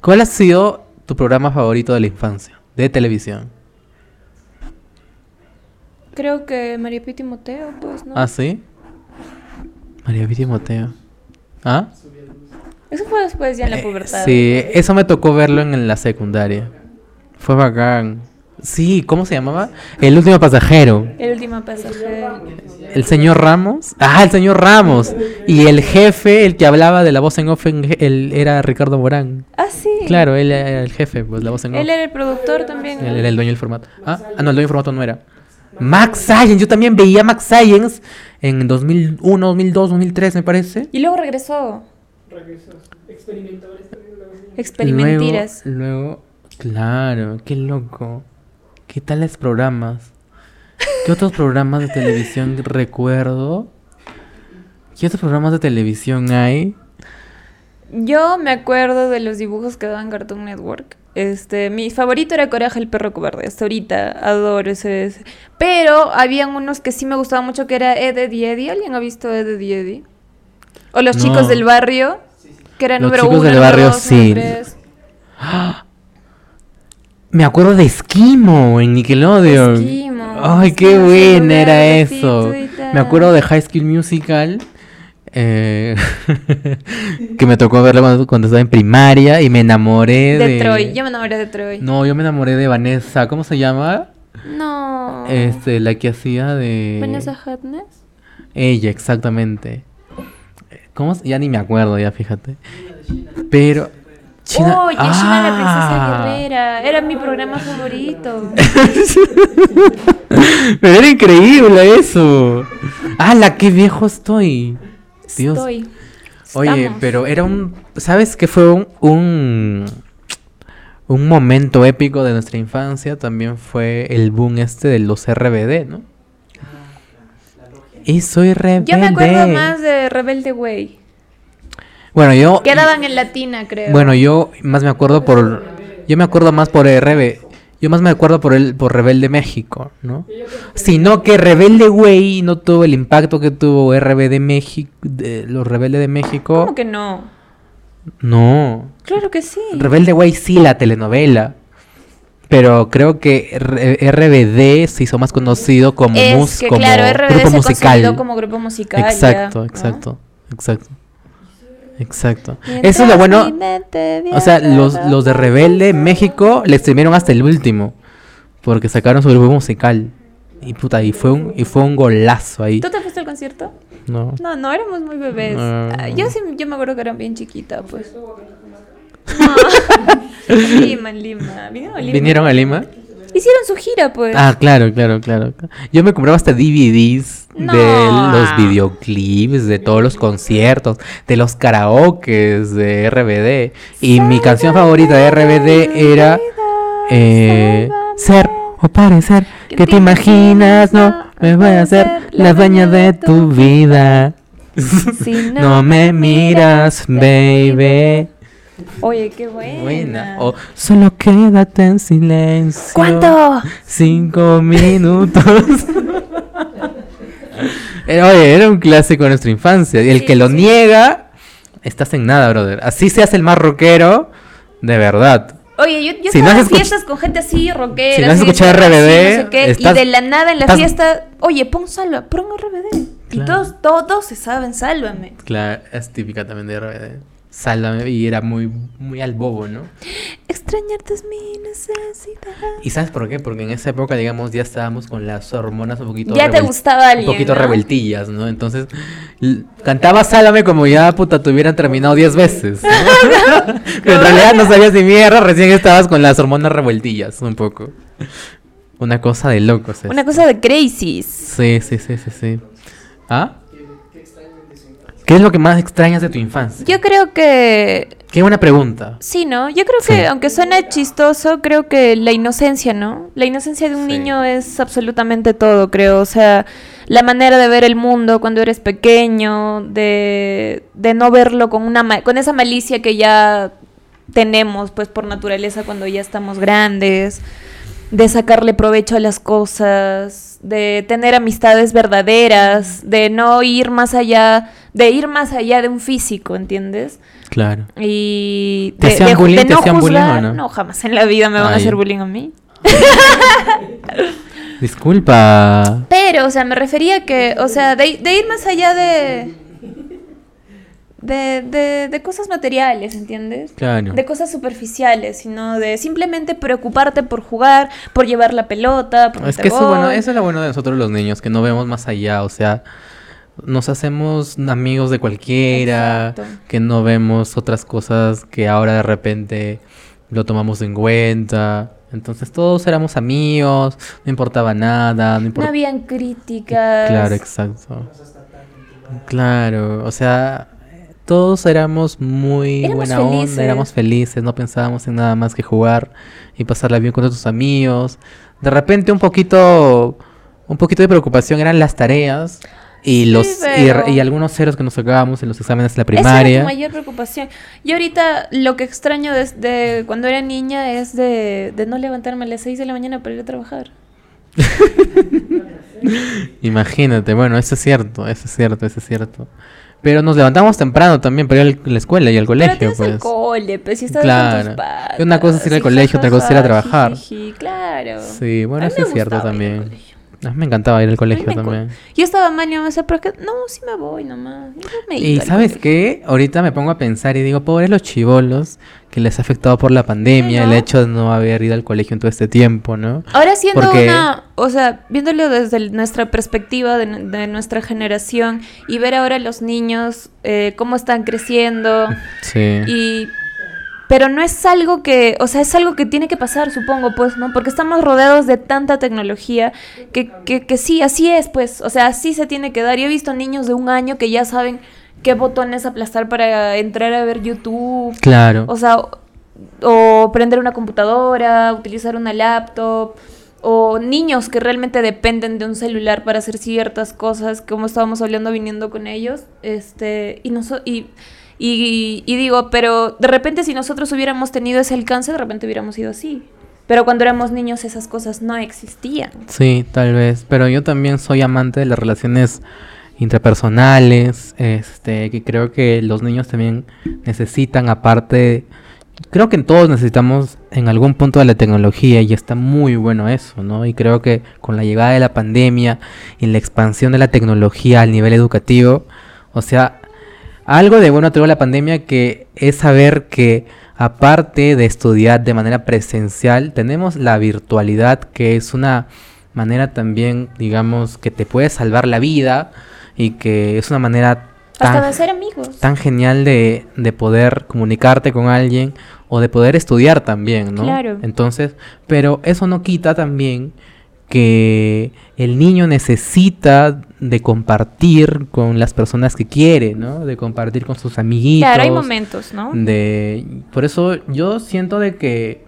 Speaker 1: ¿Cuál ha sido tu programa favorito de la infancia? De televisión.
Speaker 2: Creo que María Pía y Timoteo, pues, ¿no?
Speaker 1: ¿Ah, sí? María Pía y Timoteo. ¿Ah?
Speaker 2: Eso fue después ya en la
Speaker 1: Eh,
Speaker 2: pubertad.
Speaker 1: sí, eso me tocó verlo en, en la secundaria. Fue bacán. Sí, ¿cómo se llamaba? El último pasajero.
Speaker 2: El último pasajero.
Speaker 1: El señor Ramos. Ah, el señor Ramos. Y el jefe, el que hablaba de la voz en off, en je- él era Ricardo Morán.
Speaker 2: Ah, sí.
Speaker 1: Claro, él era el jefe, pues la voz en off.
Speaker 2: Él era el productor también.
Speaker 1: Él era el dueño del formato. Ah, ah, no, el dueño del formato no era. Max Science, yo también veía Max Science en 2001, 2002, 2003, me parece.
Speaker 2: Y luego regresó.
Speaker 3: Regresó. Experimentadores.
Speaker 2: Experimentiras.
Speaker 1: Luego, luego, claro, qué loco. ¿Qué tales programas? ¿Qué otros programas de televisión recuerdo? ¿Qué otros programas de televisión hay?
Speaker 2: Yo me acuerdo de los dibujos que daban Cartoon Network. Este, mi favorito era Coraje el perro cobarde. Hasta ahorita adoro ese. ese. Pero habían unos que sí me gustaban mucho que era Ed, Ed y Eddie. ¿Alguien ha visto Ed, Ed y Eddie? O Los
Speaker 1: No.
Speaker 2: chicos del barrio, que era
Speaker 1: Los
Speaker 2: número
Speaker 1: Chicos
Speaker 2: uno,
Speaker 1: del
Speaker 2: número
Speaker 1: Barrio,
Speaker 2: dos, número
Speaker 1: sí.
Speaker 2: tres.
Speaker 1: ¡Ah! Me acuerdo de Esquimo en Nickelodeon.
Speaker 2: Esquimo,
Speaker 1: Ay, qué
Speaker 2: Esquimo,
Speaker 1: buena
Speaker 2: celular,
Speaker 1: era
Speaker 2: besito
Speaker 1: eso.
Speaker 2: y tal.
Speaker 1: Me acuerdo de High School Musical. eh, que me tocó verlo cuando, cuando estaba en primaria y me enamoré de.
Speaker 2: De Troy. Yo me enamoré de Troy.
Speaker 1: No, yo me enamoré de Vanessa. ¿Cómo se llama?
Speaker 2: No.
Speaker 1: Este, la que hacía de.
Speaker 2: Vanessa Hudness.
Speaker 1: Ella, exactamente. ¿Cómo? se- Ya ni me acuerdo, ya fíjate. Pero. China-
Speaker 2: Oh, Yashina la
Speaker 1: Ah.
Speaker 2: princesa guerrera. Era mi programa favorito.
Speaker 1: Pero era increíble eso. ¡Hala, qué viejo estoy! Dios.
Speaker 2: Estoy.
Speaker 1: Oye,
Speaker 2: Estamos.
Speaker 1: pero era un. ¿Sabes qué fue un, un. un momento épico de nuestra infancia? También fue el boom este de los RBD, ¿no? Y soy rebelde.
Speaker 2: Ah, Yo me acuerdo más de Rebelde Way.
Speaker 1: Bueno, yo.
Speaker 2: Quedaban en latina, creo.
Speaker 1: Oh, Bueno, yo más me acuerdo por. Yo me acuerdo más por RB. Yo más me acuerdo por el por Rebelde México, ¿no? Sino que Rebelde Güey no tuvo el impacto que tuvo RB de México, de- los Rebeldes de México.
Speaker 2: ¿Cómo que no?
Speaker 1: No.
Speaker 2: Claro que sí.
Speaker 1: Rebelde Güey sí la telenovela. Pero creo que R- RBD se hizo más conocido como
Speaker 2: es
Speaker 1: mus-
Speaker 2: que
Speaker 1: como
Speaker 2: claro, RBD
Speaker 1: grupo
Speaker 2: se
Speaker 1: musical.
Speaker 2: consolidó como grupo musical. ya,
Speaker 1: Exacto,
Speaker 2: ¿no?
Speaker 1: exacto, exacto. Exacto.
Speaker 2: Mientras
Speaker 1: Eso es lo bueno.
Speaker 2: mi mente
Speaker 1: O sea,
Speaker 2: viaja
Speaker 1: los,
Speaker 2: por
Speaker 1: los de
Speaker 2: el
Speaker 1: Rebelde
Speaker 2: mundo.
Speaker 1: México le estremearon hasta el último. Porque sacaron su grupo musical. Y puta, y fue un, y fue un golazo ahí.
Speaker 2: ¿Tú te fuiste al concierto?
Speaker 1: No.
Speaker 2: No, no, éramos muy bebés.
Speaker 1: No.
Speaker 2: Ah, yo sí, yo me acuerdo que era bien chiquita, pues. No. Lima, en Lima. Vinieron a Lima.
Speaker 1: ¿Vinieron a Lima?
Speaker 2: Hicieron su gira, pues.
Speaker 1: Ah, claro, claro, claro. Yo me compraba hasta DVDs
Speaker 2: No.
Speaker 1: de los videoclips, de todos los conciertos, de los karaokes de RBD. Y mi canción favorita de RBD era eh, Ser o parecer, que te imaginas, no me voy a hacer la dueña de tu vida.
Speaker 2: Si
Speaker 1: No me miras, baby.
Speaker 2: Oye, qué buena.
Speaker 1: Buena. O solo quédate en silencio.
Speaker 2: ¿Cuánto?
Speaker 1: Cinco minutos. Era- Oye, era un clásico de nuestra infancia. Y el
Speaker 2: Sí,
Speaker 1: que lo
Speaker 2: sí.
Speaker 1: niega, estás en nada, brother. Así se hace el más rockero, de verdad.
Speaker 2: Oye, yo, yo
Speaker 1: Si no
Speaker 2: estaba
Speaker 1: has
Speaker 2: en
Speaker 1: escuch-
Speaker 2: fiestas con gente así, rockera.
Speaker 1: Si no has
Speaker 2: así de
Speaker 1: escuchado
Speaker 2: todo, así,
Speaker 1: RBD,
Speaker 2: no sé qué,
Speaker 1: estás-
Speaker 2: y de la nada en la
Speaker 1: estás-
Speaker 2: fiesta, oye, pon salva, pon RBD. Y
Speaker 1: Claro.
Speaker 2: todos, todos se saben, sálvame.
Speaker 1: Claro, es típica también de RBD. Sálvame, y era muy, muy al bobo, ¿no?
Speaker 2: Extrañarte es mi necesidad.
Speaker 1: ¿Y sabes por qué? Porque en esa época, digamos, ya estábamos con las hormonas un poquito
Speaker 2: Ya te
Speaker 1: revuel-
Speaker 2: gustaba alguien.
Speaker 1: Un poquito
Speaker 2: ¿no?
Speaker 1: revueltillas, ¿no? Entonces, l- cantaba Sálvame como ya, puta, te hubieran terminado 10 veces. ¿no? Pero en realidad no sabías ni mierda, recién estabas con las hormonas revueltillas, un poco. Una cosa de locos. es.
Speaker 2: Una cosa de crisis.
Speaker 1: Sí, sí, sí, sí, sí. ¿Ah? ¿Qué es lo que más extrañas de tu infancia?
Speaker 2: Yo creo que.
Speaker 1: Qué buena pregunta.
Speaker 2: Sí, ¿no? Yo creo
Speaker 1: Sí.
Speaker 2: que, aunque suena chistoso, creo que la inocencia, ¿no? La inocencia de un
Speaker 1: Sí.
Speaker 2: niño es absolutamente todo, creo. O sea, la manera de ver el mundo cuando eres pequeño, de, de no verlo con, una ma- con esa malicia que ya tenemos, pues, por naturaleza cuando ya estamos grandes, de sacarle provecho a las cosas, de tener amistades verdaderas, de no ir más allá, de ir más allá de un físico, ¿entiendes?
Speaker 1: Claro.
Speaker 2: Y
Speaker 1: ¿Te hacían bullying? ¿Te hacían bullying o no?
Speaker 2: jamás en la vida me van a
Speaker 1: Ay.
Speaker 2: hacer bullying a mí.
Speaker 1: Disculpa.
Speaker 2: Pero, o sea, me refería que, o sea, de, de ir más allá de... de, de, de cosas materiales, ¿entiendes?
Speaker 1: Claro.
Speaker 2: De cosas superficiales, sino de simplemente preocuparte por jugar, por llevar la pelota, por
Speaker 1: Es
Speaker 2: meter
Speaker 1: que eso, bueno,
Speaker 2: gol.
Speaker 1: eso es lo bueno de nosotros los niños, que no vemos más allá, o sea, nos hacemos amigos de cualquiera,
Speaker 2: Exacto.
Speaker 1: que no vemos otras cosas que ahora de repente lo tomamos en cuenta. Entonces todos éramos amigos, no importaba nada, no
Speaker 2: No
Speaker 1: importaba...
Speaker 2: habían críticas.
Speaker 1: Claro, exacto. Claro, o sea, todos éramos muy
Speaker 2: Éramos
Speaker 1: buena
Speaker 2: felices.
Speaker 1: onda, éramos felices, no pensábamos en nada más que jugar y pasarla bien con nuestros amigos. De repente un poquito, un poquito de preocupación eran las tareas y
Speaker 2: Sí,
Speaker 1: los y,
Speaker 2: pero-
Speaker 1: y algunos ceros que nos sacábamos en los exámenes de la
Speaker 2: Esa era
Speaker 1: primaria.
Speaker 2: tu mayor preocupación. Yo ahorita lo que extraño desde cuando era niña es de, de no levantarme a las 6 de la mañana para ir a trabajar.
Speaker 1: Imagínate, bueno, eso es cierto, eso es cierto, eso es cierto. Pero nos levantamos temprano también para ir a la escuela y al colegio,
Speaker 2: Pero
Speaker 1: pues.
Speaker 2: el cole, pues si estás
Speaker 1: Claro.
Speaker 2: con tus patas,
Speaker 1: Una cosa es ir al
Speaker 2: y
Speaker 1: colegio, otra cosa es ir a
Speaker 2: jajaja,
Speaker 1: trabajar.
Speaker 2: jijiji, claro.
Speaker 1: Sí, bueno,
Speaker 2: A mí
Speaker 1: eso
Speaker 2: me
Speaker 1: es cierto
Speaker 2: gustaba ir al
Speaker 1: también.
Speaker 2: colegio.
Speaker 1: A mí Ah, me encantaba ir al
Speaker 2: mí
Speaker 1: colegio
Speaker 2: me encu-
Speaker 1: también.
Speaker 2: Yo estaba mal y mi mamá decía, pero qué? no, sí me voy nomás. Yo me he
Speaker 1: Y
Speaker 2: ido al
Speaker 1: sabes
Speaker 2: colegio.
Speaker 1: qué, ahorita me pongo a pensar y digo, pobres los chivolos que les ha afectado por la pandemia
Speaker 2: ¿no?
Speaker 1: el hecho de no haber ido al colegio en todo este tiempo, ¿no?
Speaker 2: Ahora siendo
Speaker 1: Porque-
Speaker 2: una, o sea, viéndolo desde el- nuestra perspectiva de, nu- de nuestra generación y ver ahora los niños eh, cómo están creciendo
Speaker 1: Sí.
Speaker 2: y pero no es algo que, o sea, es algo que tiene que pasar, supongo, pues, ¿no? Porque estamos rodeados de tanta tecnología que, que, que sí, así es, pues, o sea, así se tiene que dar. Yo he visto niños de un año que ya saben qué botones aplastar para entrar a ver YouTube,
Speaker 1: Claro.
Speaker 2: o sea, o- o prender una computadora, utilizar una laptop, o niños que realmente dependen de un celular para hacer ciertas cosas, como estábamos hablando viniendo con ellos, este, y noso- y, y, y digo, pero de repente si nosotros hubiéramos tenido ese alcance, de repente hubiéramos sido así. Pero cuando éramos niños esas cosas no existían.
Speaker 1: Sí, tal vez. Pero yo también soy amante de las relaciones interpersonales, este, que creo que los niños también necesitan, aparte, creo que todos necesitamos en algún punto de la tecnología y está muy bueno eso, ¿no? Y creo que con la llegada de la pandemia y la expansión de la tecnología al nivel educativo, o sea, algo de bueno tuvo la pandemia que es saber que aparte de estudiar de manera presencial, tenemos la virtualidad que es una manera también, digamos, que te puede salvar la vida y que es una manera
Speaker 2: Hasta
Speaker 1: tan
Speaker 2: de ser amigos.
Speaker 1: tan genial de, de poder comunicarte con alguien o de poder estudiar también, ¿no?
Speaker 2: Claro.
Speaker 1: Entonces, pero eso no quita también que el niño necesita de compartir con las personas que quiere, ¿no? De compartir con sus amiguitos.
Speaker 2: Claro, hay momentos,
Speaker 1: Mm.
Speaker 2: ¿no?
Speaker 1: De, por eso yo siento de que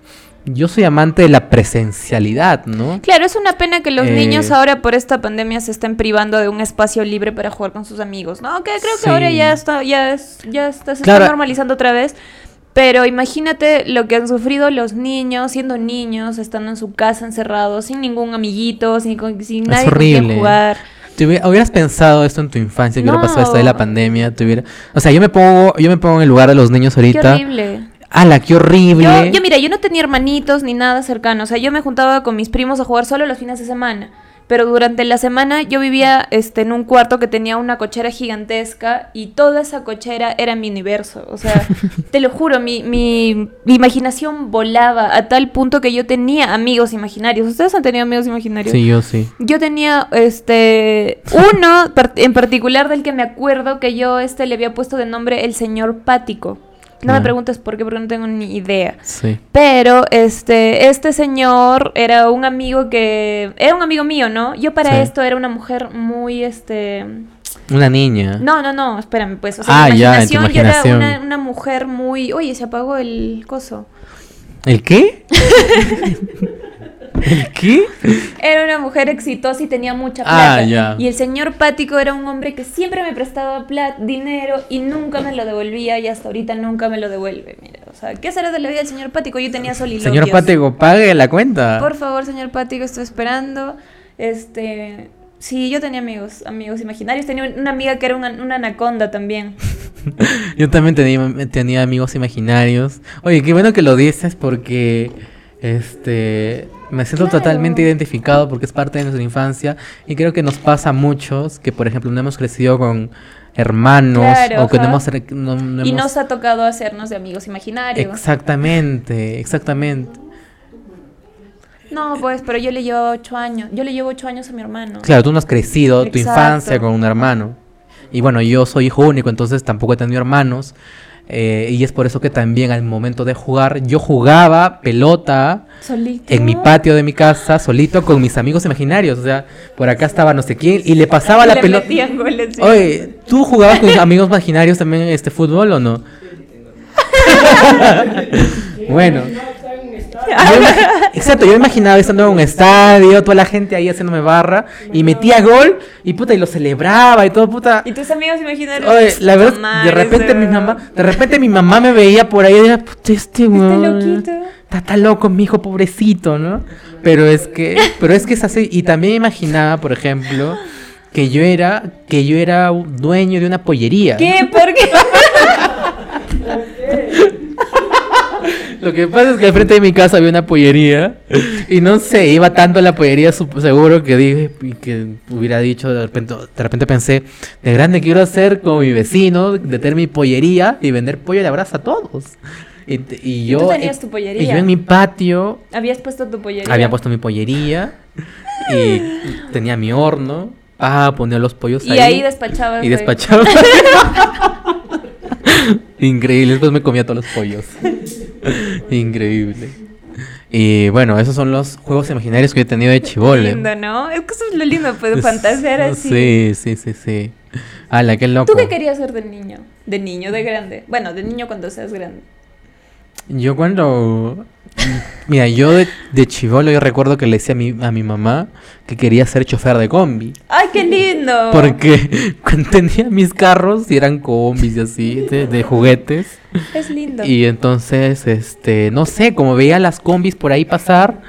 Speaker 1: yo soy amante de la presencialidad, ¿no?
Speaker 2: Claro, es una pena que los
Speaker 1: Eh,
Speaker 2: niños ahora por esta pandemia se estén privando de un espacio libre para jugar con sus amigos, ¿no? Que creo que ahora
Speaker 1: Sí.
Speaker 2: ya está, ya es- ya está, se
Speaker 1: Claro.
Speaker 2: está normalizando otra vez. Pero imagínate lo que han sufrido los niños, siendo niños, estando en su casa encerrados, sin ningún amiguito, sin, con- sin
Speaker 1: Es
Speaker 2: nadie con quien
Speaker 1: horrible.
Speaker 2: jugar.
Speaker 1: ¿Te hubi- hubieras pensado esto en tu infancia, que hubiera pasado esto de la
Speaker 2: No.
Speaker 1: pandemia? ¿Te hubiera- O sea, yo me pongo, yo me pongo en el lugar de los niños
Speaker 2: Qué
Speaker 1: ahorita.
Speaker 2: horrible.
Speaker 1: ¡Hala, Ah, qué horrible!
Speaker 2: Yo, yo, mira, yo no tenía hermanitos ni nada cercano. O sea, yo me juntaba con mis primos a jugar solo los fines de semana. Pero durante la semana yo vivía este, en un cuarto que tenía una cochera gigantesca y toda esa cochera era mi universo. O sea, te lo juro, mi, mi, mi imaginación volaba a tal punto que yo tenía amigos imaginarios. ¿Ustedes han tenido amigos imaginarios?
Speaker 1: Sí, yo sí.
Speaker 2: Yo tenía este uno par- en particular del que me acuerdo que yo este le había puesto de nombre el señor Pático. No me
Speaker 1: Ya.
Speaker 2: preguntes por qué, porque no tengo ni idea.
Speaker 1: Sí.
Speaker 2: Pero este, este señor era un amigo que. Era un amigo mío, ¿no? Yo para
Speaker 1: Sí.
Speaker 2: esto era una mujer muy este.
Speaker 1: Una niña.
Speaker 2: No, no, no, espérame, pues. O sea,
Speaker 1: Ah,
Speaker 2: mi
Speaker 1: ya, en tu
Speaker 2: imaginación, yo
Speaker 1: imaginación.
Speaker 2: era una, una mujer muy. Oye, se apagó el coso.
Speaker 1: ¿El qué? ¿El qué?
Speaker 2: Era una mujer exitosa y tenía mucha plata.
Speaker 1: Ah, ya.
Speaker 2: Y el señor Pático era un hombre que siempre me prestaba plata, dinero y nunca me lo devolvía y hasta ahorita nunca me lo devuelve. Mira, o sea, ¿qué será de la vida del señor Pático? Yo tenía soliloquios.
Speaker 1: Señor Patego, pague la cuenta.
Speaker 2: Por favor, señor Pático, estoy esperando. Este, sí, yo tenía amigos, amigos imaginarios. Tenía un- una amiga que era una, una anaconda también.
Speaker 1: Yo también tenía, tenía amigos imaginarios. Oye, qué bueno que lo dices porque Este, me siento
Speaker 2: Claro.
Speaker 1: totalmente identificado porque es parte de nuestra infancia y creo que nos pasa a muchos que, por ejemplo, no hemos crecido con hermanos
Speaker 2: Claro,
Speaker 1: o que no
Speaker 2: ajá.
Speaker 1: hemos... re- no- no
Speaker 2: Y
Speaker 1: hemos-
Speaker 2: nos ha tocado hacernos de amigos imaginarios.
Speaker 1: Exactamente, exactamente.
Speaker 2: No, pues, pero yo le llevo ocho años. Yo le llevo ocho años a mi hermano.
Speaker 1: Claro, tú no has crecido tu
Speaker 2: Exacto.
Speaker 1: infancia con un hermano. Y bueno, yo soy hijo único, entonces tampoco he tenido hermanos. eh, y es por eso que también al momento de jugar, yo jugaba pelota
Speaker 2: Solito.
Speaker 1: en mi patio de mi casa, solito con mis amigos imaginarios. O sea, por acá estaba no sé quién y le pasaba la
Speaker 2: Le
Speaker 1: pelota.
Speaker 2: metían goles, sí.
Speaker 1: Oye, ¿tú jugabas con amigos imaginarios también este fútbol o no? bueno. Yo imagi- Exacto, yo imaginaba estando en un estadio, toda la gente ahí haciéndome barra, y metía gol, y puta, y lo celebraba, y todo, puta.
Speaker 2: Y tus amigos imaginarios.
Speaker 1: Oye, la verdad,
Speaker 2: Mamá,
Speaker 1: de
Speaker 2: eres
Speaker 1: repente mi
Speaker 2: verdad.
Speaker 1: mamá, de repente mi mamá me veía por ahí y decía, puta, este
Speaker 2: Está
Speaker 1: weón,
Speaker 2: loquito.
Speaker 1: Está tan loco, mi hijo pobrecito, ¿no? Pero es que, pero es que es así. Y también imaginaba, por ejemplo, que yo era, que yo era un dueño de una pollería.
Speaker 2: ¿Qué? ¿Por qué?
Speaker 1: Lo que pasa es que al frente de mi casa había una pollería y no sé, iba tanto a la pollería sup- seguro que dije y que hubiera dicho de repente, de repente pensé, de grande quiero hacer como mi vecino, de tener mi pollería y vender pollo de abrazo a todos. Y, t- y yo
Speaker 2: tú tenías
Speaker 1: eh,
Speaker 2: tu
Speaker 1: y
Speaker 2: pollería.
Speaker 1: yo en mi patio
Speaker 2: Habías puesto tu pollería.
Speaker 1: había puesto mi pollería y tenía mi horno. Ah, ponía los pollos
Speaker 2: Y ahí despachabas.
Speaker 1: y
Speaker 2: de-
Speaker 1: despachaba. Increíble, después me comía todos los pollos. Increíble. Y bueno, esos son los juegos imaginarios que he tenido de chivole.
Speaker 2: Lindo, ¿no? Es que eso es lo lindo, pues,
Speaker 1: Es-
Speaker 2: fantasear así.
Speaker 1: Sí, sí, sí, sí. Ala, qué loco.
Speaker 2: ¿Tú qué querías ser de niño? De niño, de grande. Bueno, de niño cuando seas grande.
Speaker 1: Yo cuando... Mira, yo de, de chivolo yo recuerdo que le decía a mi, a mi mamá que quería ser chofer de combi.
Speaker 2: ¡Ay, qué lindo!
Speaker 1: Porque cuando tenía mis carros y eran combis y así, de- de juguetes.
Speaker 2: Es lindo.
Speaker 1: Y entonces, este, no sé, como veía las combis por ahí pasar,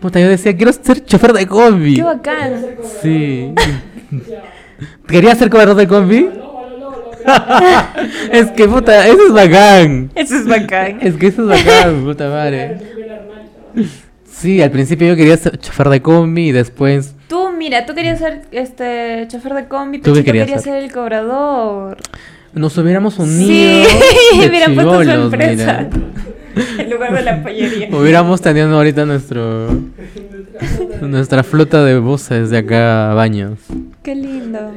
Speaker 1: puta, yo decía, quiero ser chofer de combi.
Speaker 2: ¡Qué bacán!
Speaker 1: Sí. ¿Quería ser cobrador de combi? es que, puta, eso es bacán.
Speaker 2: Eso es bacán.
Speaker 1: Es que eso es bacán, puta madre. Sí, al principio yo quería ser chofer de combi y después...
Speaker 2: Tú, mira, tú querías ser este chofer de combi,
Speaker 1: ¿Tú
Speaker 2: pero
Speaker 1: qué
Speaker 2: tú
Speaker 1: querías
Speaker 2: querías
Speaker 1: ser?
Speaker 2: ser? el cobrador.
Speaker 1: Nos hubiéramos
Speaker 2: Sí,
Speaker 1: unido. de
Speaker 2: hubieran puesto su
Speaker 1: chibolos,
Speaker 2: empresa.
Speaker 1: mira.
Speaker 2: En lugar de la pollería.
Speaker 1: Hubiéramos tenido ahorita nuestro nuestra flota de buses de acá a baños.
Speaker 2: Qué lindo.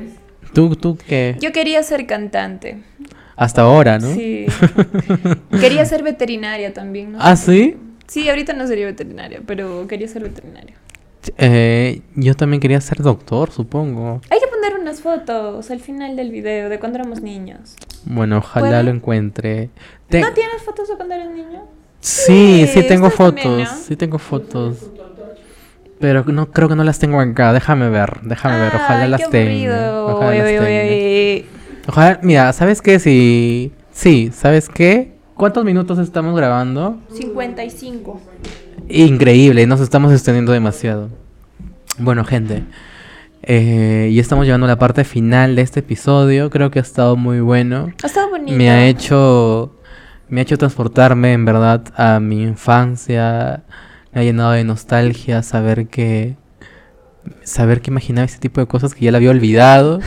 Speaker 1: Tú, tú que
Speaker 2: Yo quería ser cantante.
Speaker 1: hasta ahora, ¿Ah, ¿no?
Speaker 2: Sí. quería ser veterinaria también, ¿no?
Speaker 1: ¿Ah, sí?
Speaker 2: Sí, ahorita no sería veterinaria, pero quería ser veterinaria.
Speaker 1: Eh, yo también quería ser doctor, supongo.
Speaker 2: Hay que poner unas fotos al final del video de cuando éramos niños.
Speaker 1: Bueno, ojalá
Speaker 2: ¿Puede?
Speaker 1: lo encuentre. Te-
Speaker 2: ¿No tienes fotos de cuando eres niño?
Speaker 1: Sí, sí
Speaker 2: Sí,
Speaker 1: tengo
Speaker 2: ustedes
Speaker 1: fotos,
Speaker 2: también, ¿no?
Speaker 1: sí tengo fotos. Pero no creo que no las tengo acá, déjame ver, déjame ver, ojalá
Speaker 2: Ay,
Speaker 1: las
Speaker 2: qué
Speaker 1: tenga.
Speaker 2: aburrido.
Speaker 1: Ojalá
Speaker 2: Oye,
Speaker 1: las
Speaker 2: oye,
Speaker 1: tenga.
Speaker 2: oye.
Speaker 1: Ojalá, mira, ¿sabes qué? Si... Sí, ¿sabes qué? ¿Cuántos minutos estamos grabando?
Speaker 2: 55.
Speaker 1: Increíble, nos estamos extendiendo demasiado. Bueno, gente, eh, ya estamos llegando a la parte final de este episodio. Creo que ha estado muy bueno.
Speaker 2: Ha estado bonito.
Speaker 1: Me ha hecho, me ha hecho transportarme, en verdad, a mi infancia. Me ha llenado de nostalgia saber que, saber que imaginaba este tipo de cosas que ya la había olvidado.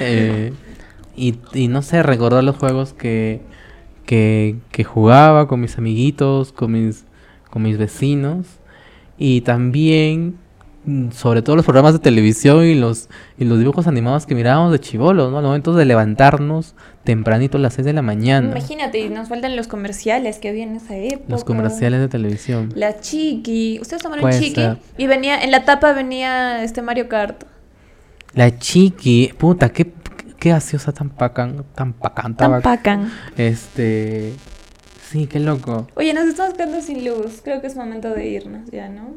Speaker 1: Eh, y, y no sé, recordar los juegos que, que, que jugaba con mis amiguitos, con mis, con mis vecinos. Y también, mm, sobre todo los programas de televisión y los, y los dibujos animados que mirábamos de chivolos, ¿no? Al momento de levantarnos tempranito a las 6 de la mañana.
Speaker 2: Imagínate, y nos faltan los comerciales que había en esa época.
Speaker 1: Los comerciales de televisión.
Speaker 2: La chiqui. Ustedes tomaron
Speaker 1: Puede
Speaker 2: chiqui.
Speaker 1: ser.
Speaker 2: Y venía, en la tapa venía este Mario Kart.
Speaker 1: La chiqui, puta, qué, qué gaseosa tan pacan, tan pacan, tan
Speaker 2: Tan
Speaker 1: pac-
Speaker 2: pacan.
Speaker 1: Este. Sí, qué loco.
Speaker 2: Oye, nos estamos quedando sin luz. Creo que es momento de irnos ya, ¿no?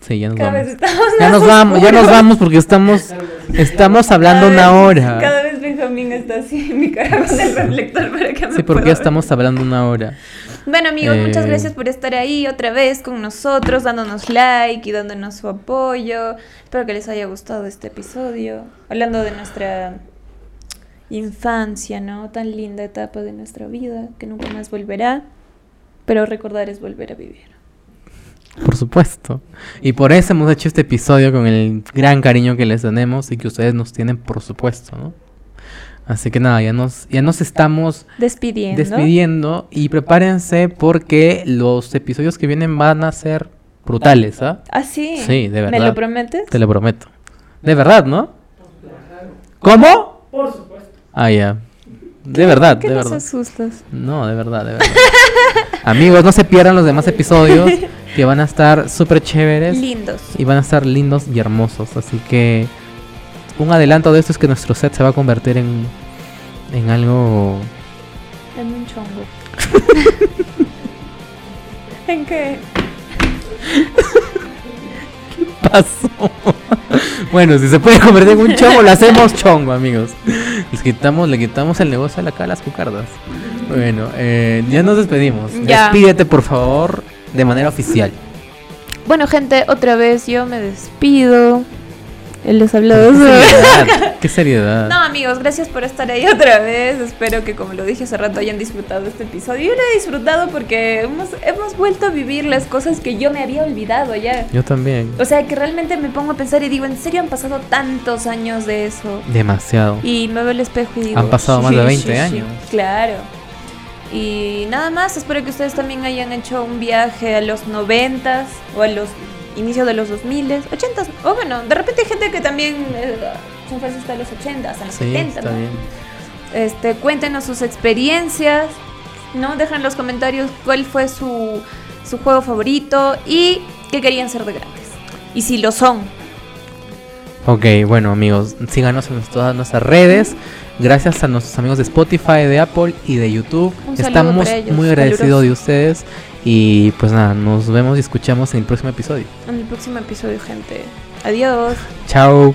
Speaker 1: Sí, ya nos
Speaker 2: Cada
Speaker 1: vamos.
Speaker 2: vez estamos
Speaker 1: Ya
Speaker 2: más
Speaker 1: nos vamos, ya nos
Speaker 2: oscuros.
Speaker 1: vamos porque estamos, estamos hablando
Speaker 2: Cada
Speaker 1: una
Speaker 2: vez-
Speaker 1: hora.
Speaker 2: Cada vez Benjamín está así en mi cara con el reflector para que me
Speaker 1: Sí, porque
Speaker 2: pueda
Speaker 1: ya
Speaker 2: ver.
Speaker 1: estamos hablando una hora.
Speaker 2: Bueno, amigos, muchas
Speaker 1: Eh,
Speaker 2: gracias por estar ahí otra vez con nosotros, dándonos like y dándonos su apoyo. Espero que les haya gustado este episodio. Hablando de nuestra infancia, ¿no? Tan linda etapa de nuestra vida que nunca más volverá. pero recordar es volver a vivir.
Speaker 1: Por supuesto. Y por eso hemos hecho este episodio con el gran cariño que les tenemos y que ustedes nos tienen, por supuesto, ¿no? Así que nada, ya nos, ya nos estamos
Speaker 2: Despidiendo.
Speaker 1: despidiendo y prepárense porque los episodios que vienen van a ser brutales, ¿ah?
Speaker 2: ¿Ah, sí?
Speaker 1: Sí, de
Speaker 2: ¿Me
Speaker 1: verdad.
Speaker 2: lo prometes?
Speaker 1: Te lo prometo. De verdad, ¿no? ¿Cómo?
Speaker 3: Por supuesto.
Speaker 1: Ah, ya. De verdad,
Speaker 2: ¿Por qué
Speaker 1: de
Speaker 2: nos
Speaker 1: verdad.
Speaker 2: asustas?
Speaker 1: No, de verdad, de verdad. Amigos, no se pierdan los demás episodios que van a estar súper chéveres
Speaker 2: Lindos.
Speaker 1: y van a estar lindos y hermosos. Así que un adelanto de esto es que nuestro set se va a convertir en, en algo...
Speaker 2: En un chongo. ¿En qué?
Speaker 1: Paso. bueno, si se puede convertir en un chongo, lo hacemos chongo, amigos. Les quitamos, le quitamos el negocio a la cara a las cucardas. Bueno, eh, ya nos despedimos.
Speaker 2: Ya.
Speaker 1: Despídete, por favor, de manera oficial.
Speaker 2: Bueno, gente, otra vez yo me despido. Él les habló.
Speaker 1: Qué seriedad. Qué seriedad.
Speaker 2: No, amigos, gracias por estar ahí otra vez. Espero que, como lo dije hace rato, hayan disfrutado este episodio. Yo lo he disfrutado porque hemos, hemos vuelto a vivir las cosas que yo me había olvidado ya.
Speaker 1: Yo también.
Speaker 2: O sea, que realmente me pongo a pensar y digo, ¿en serio han pasado tantos años de eso?
Speaker 1: Demasiado.
Speaker 2: Y me veo el espejo y digo...
Speaker 1: Han pasado más de 20 años.
Speaker 2: Claro. Y nada más, espero que ustedes también hayan hecho un viaje a los 90 o a los inicios de los 2000, 80 o bueno, de repente hay gente que también eh, son fans hasta los 80, hasta los
Speaker 1: Sí,
Speaker 2: 70.
Speaker 1: está
Speaker 2: ¿no?
Speaker 1: bien.
Speaker 2: Este, cuéntenos sus experiencias, ¿no? Dejen en los comentarios cuál fue su, su juego favorito y qué querían ser de grandes. Y si lo son.
Speaker 1: Ok, bueno amigos, síganos en nos- todas nuestras redes. Gracias a nuestros amigos de Spotify, de Apple y de YouTube.
Speaker 2: Un saludo
Speaker 1: Estamos
Speaker 2: para ellos,
Speaker 1: muy agradecidos de ustedes. Y pues nada, nos vemos y escuchamos en el próximo episodio.
Speaker 2: En el próximo episodio, gente. Adiós.
Speaker 1: Chao.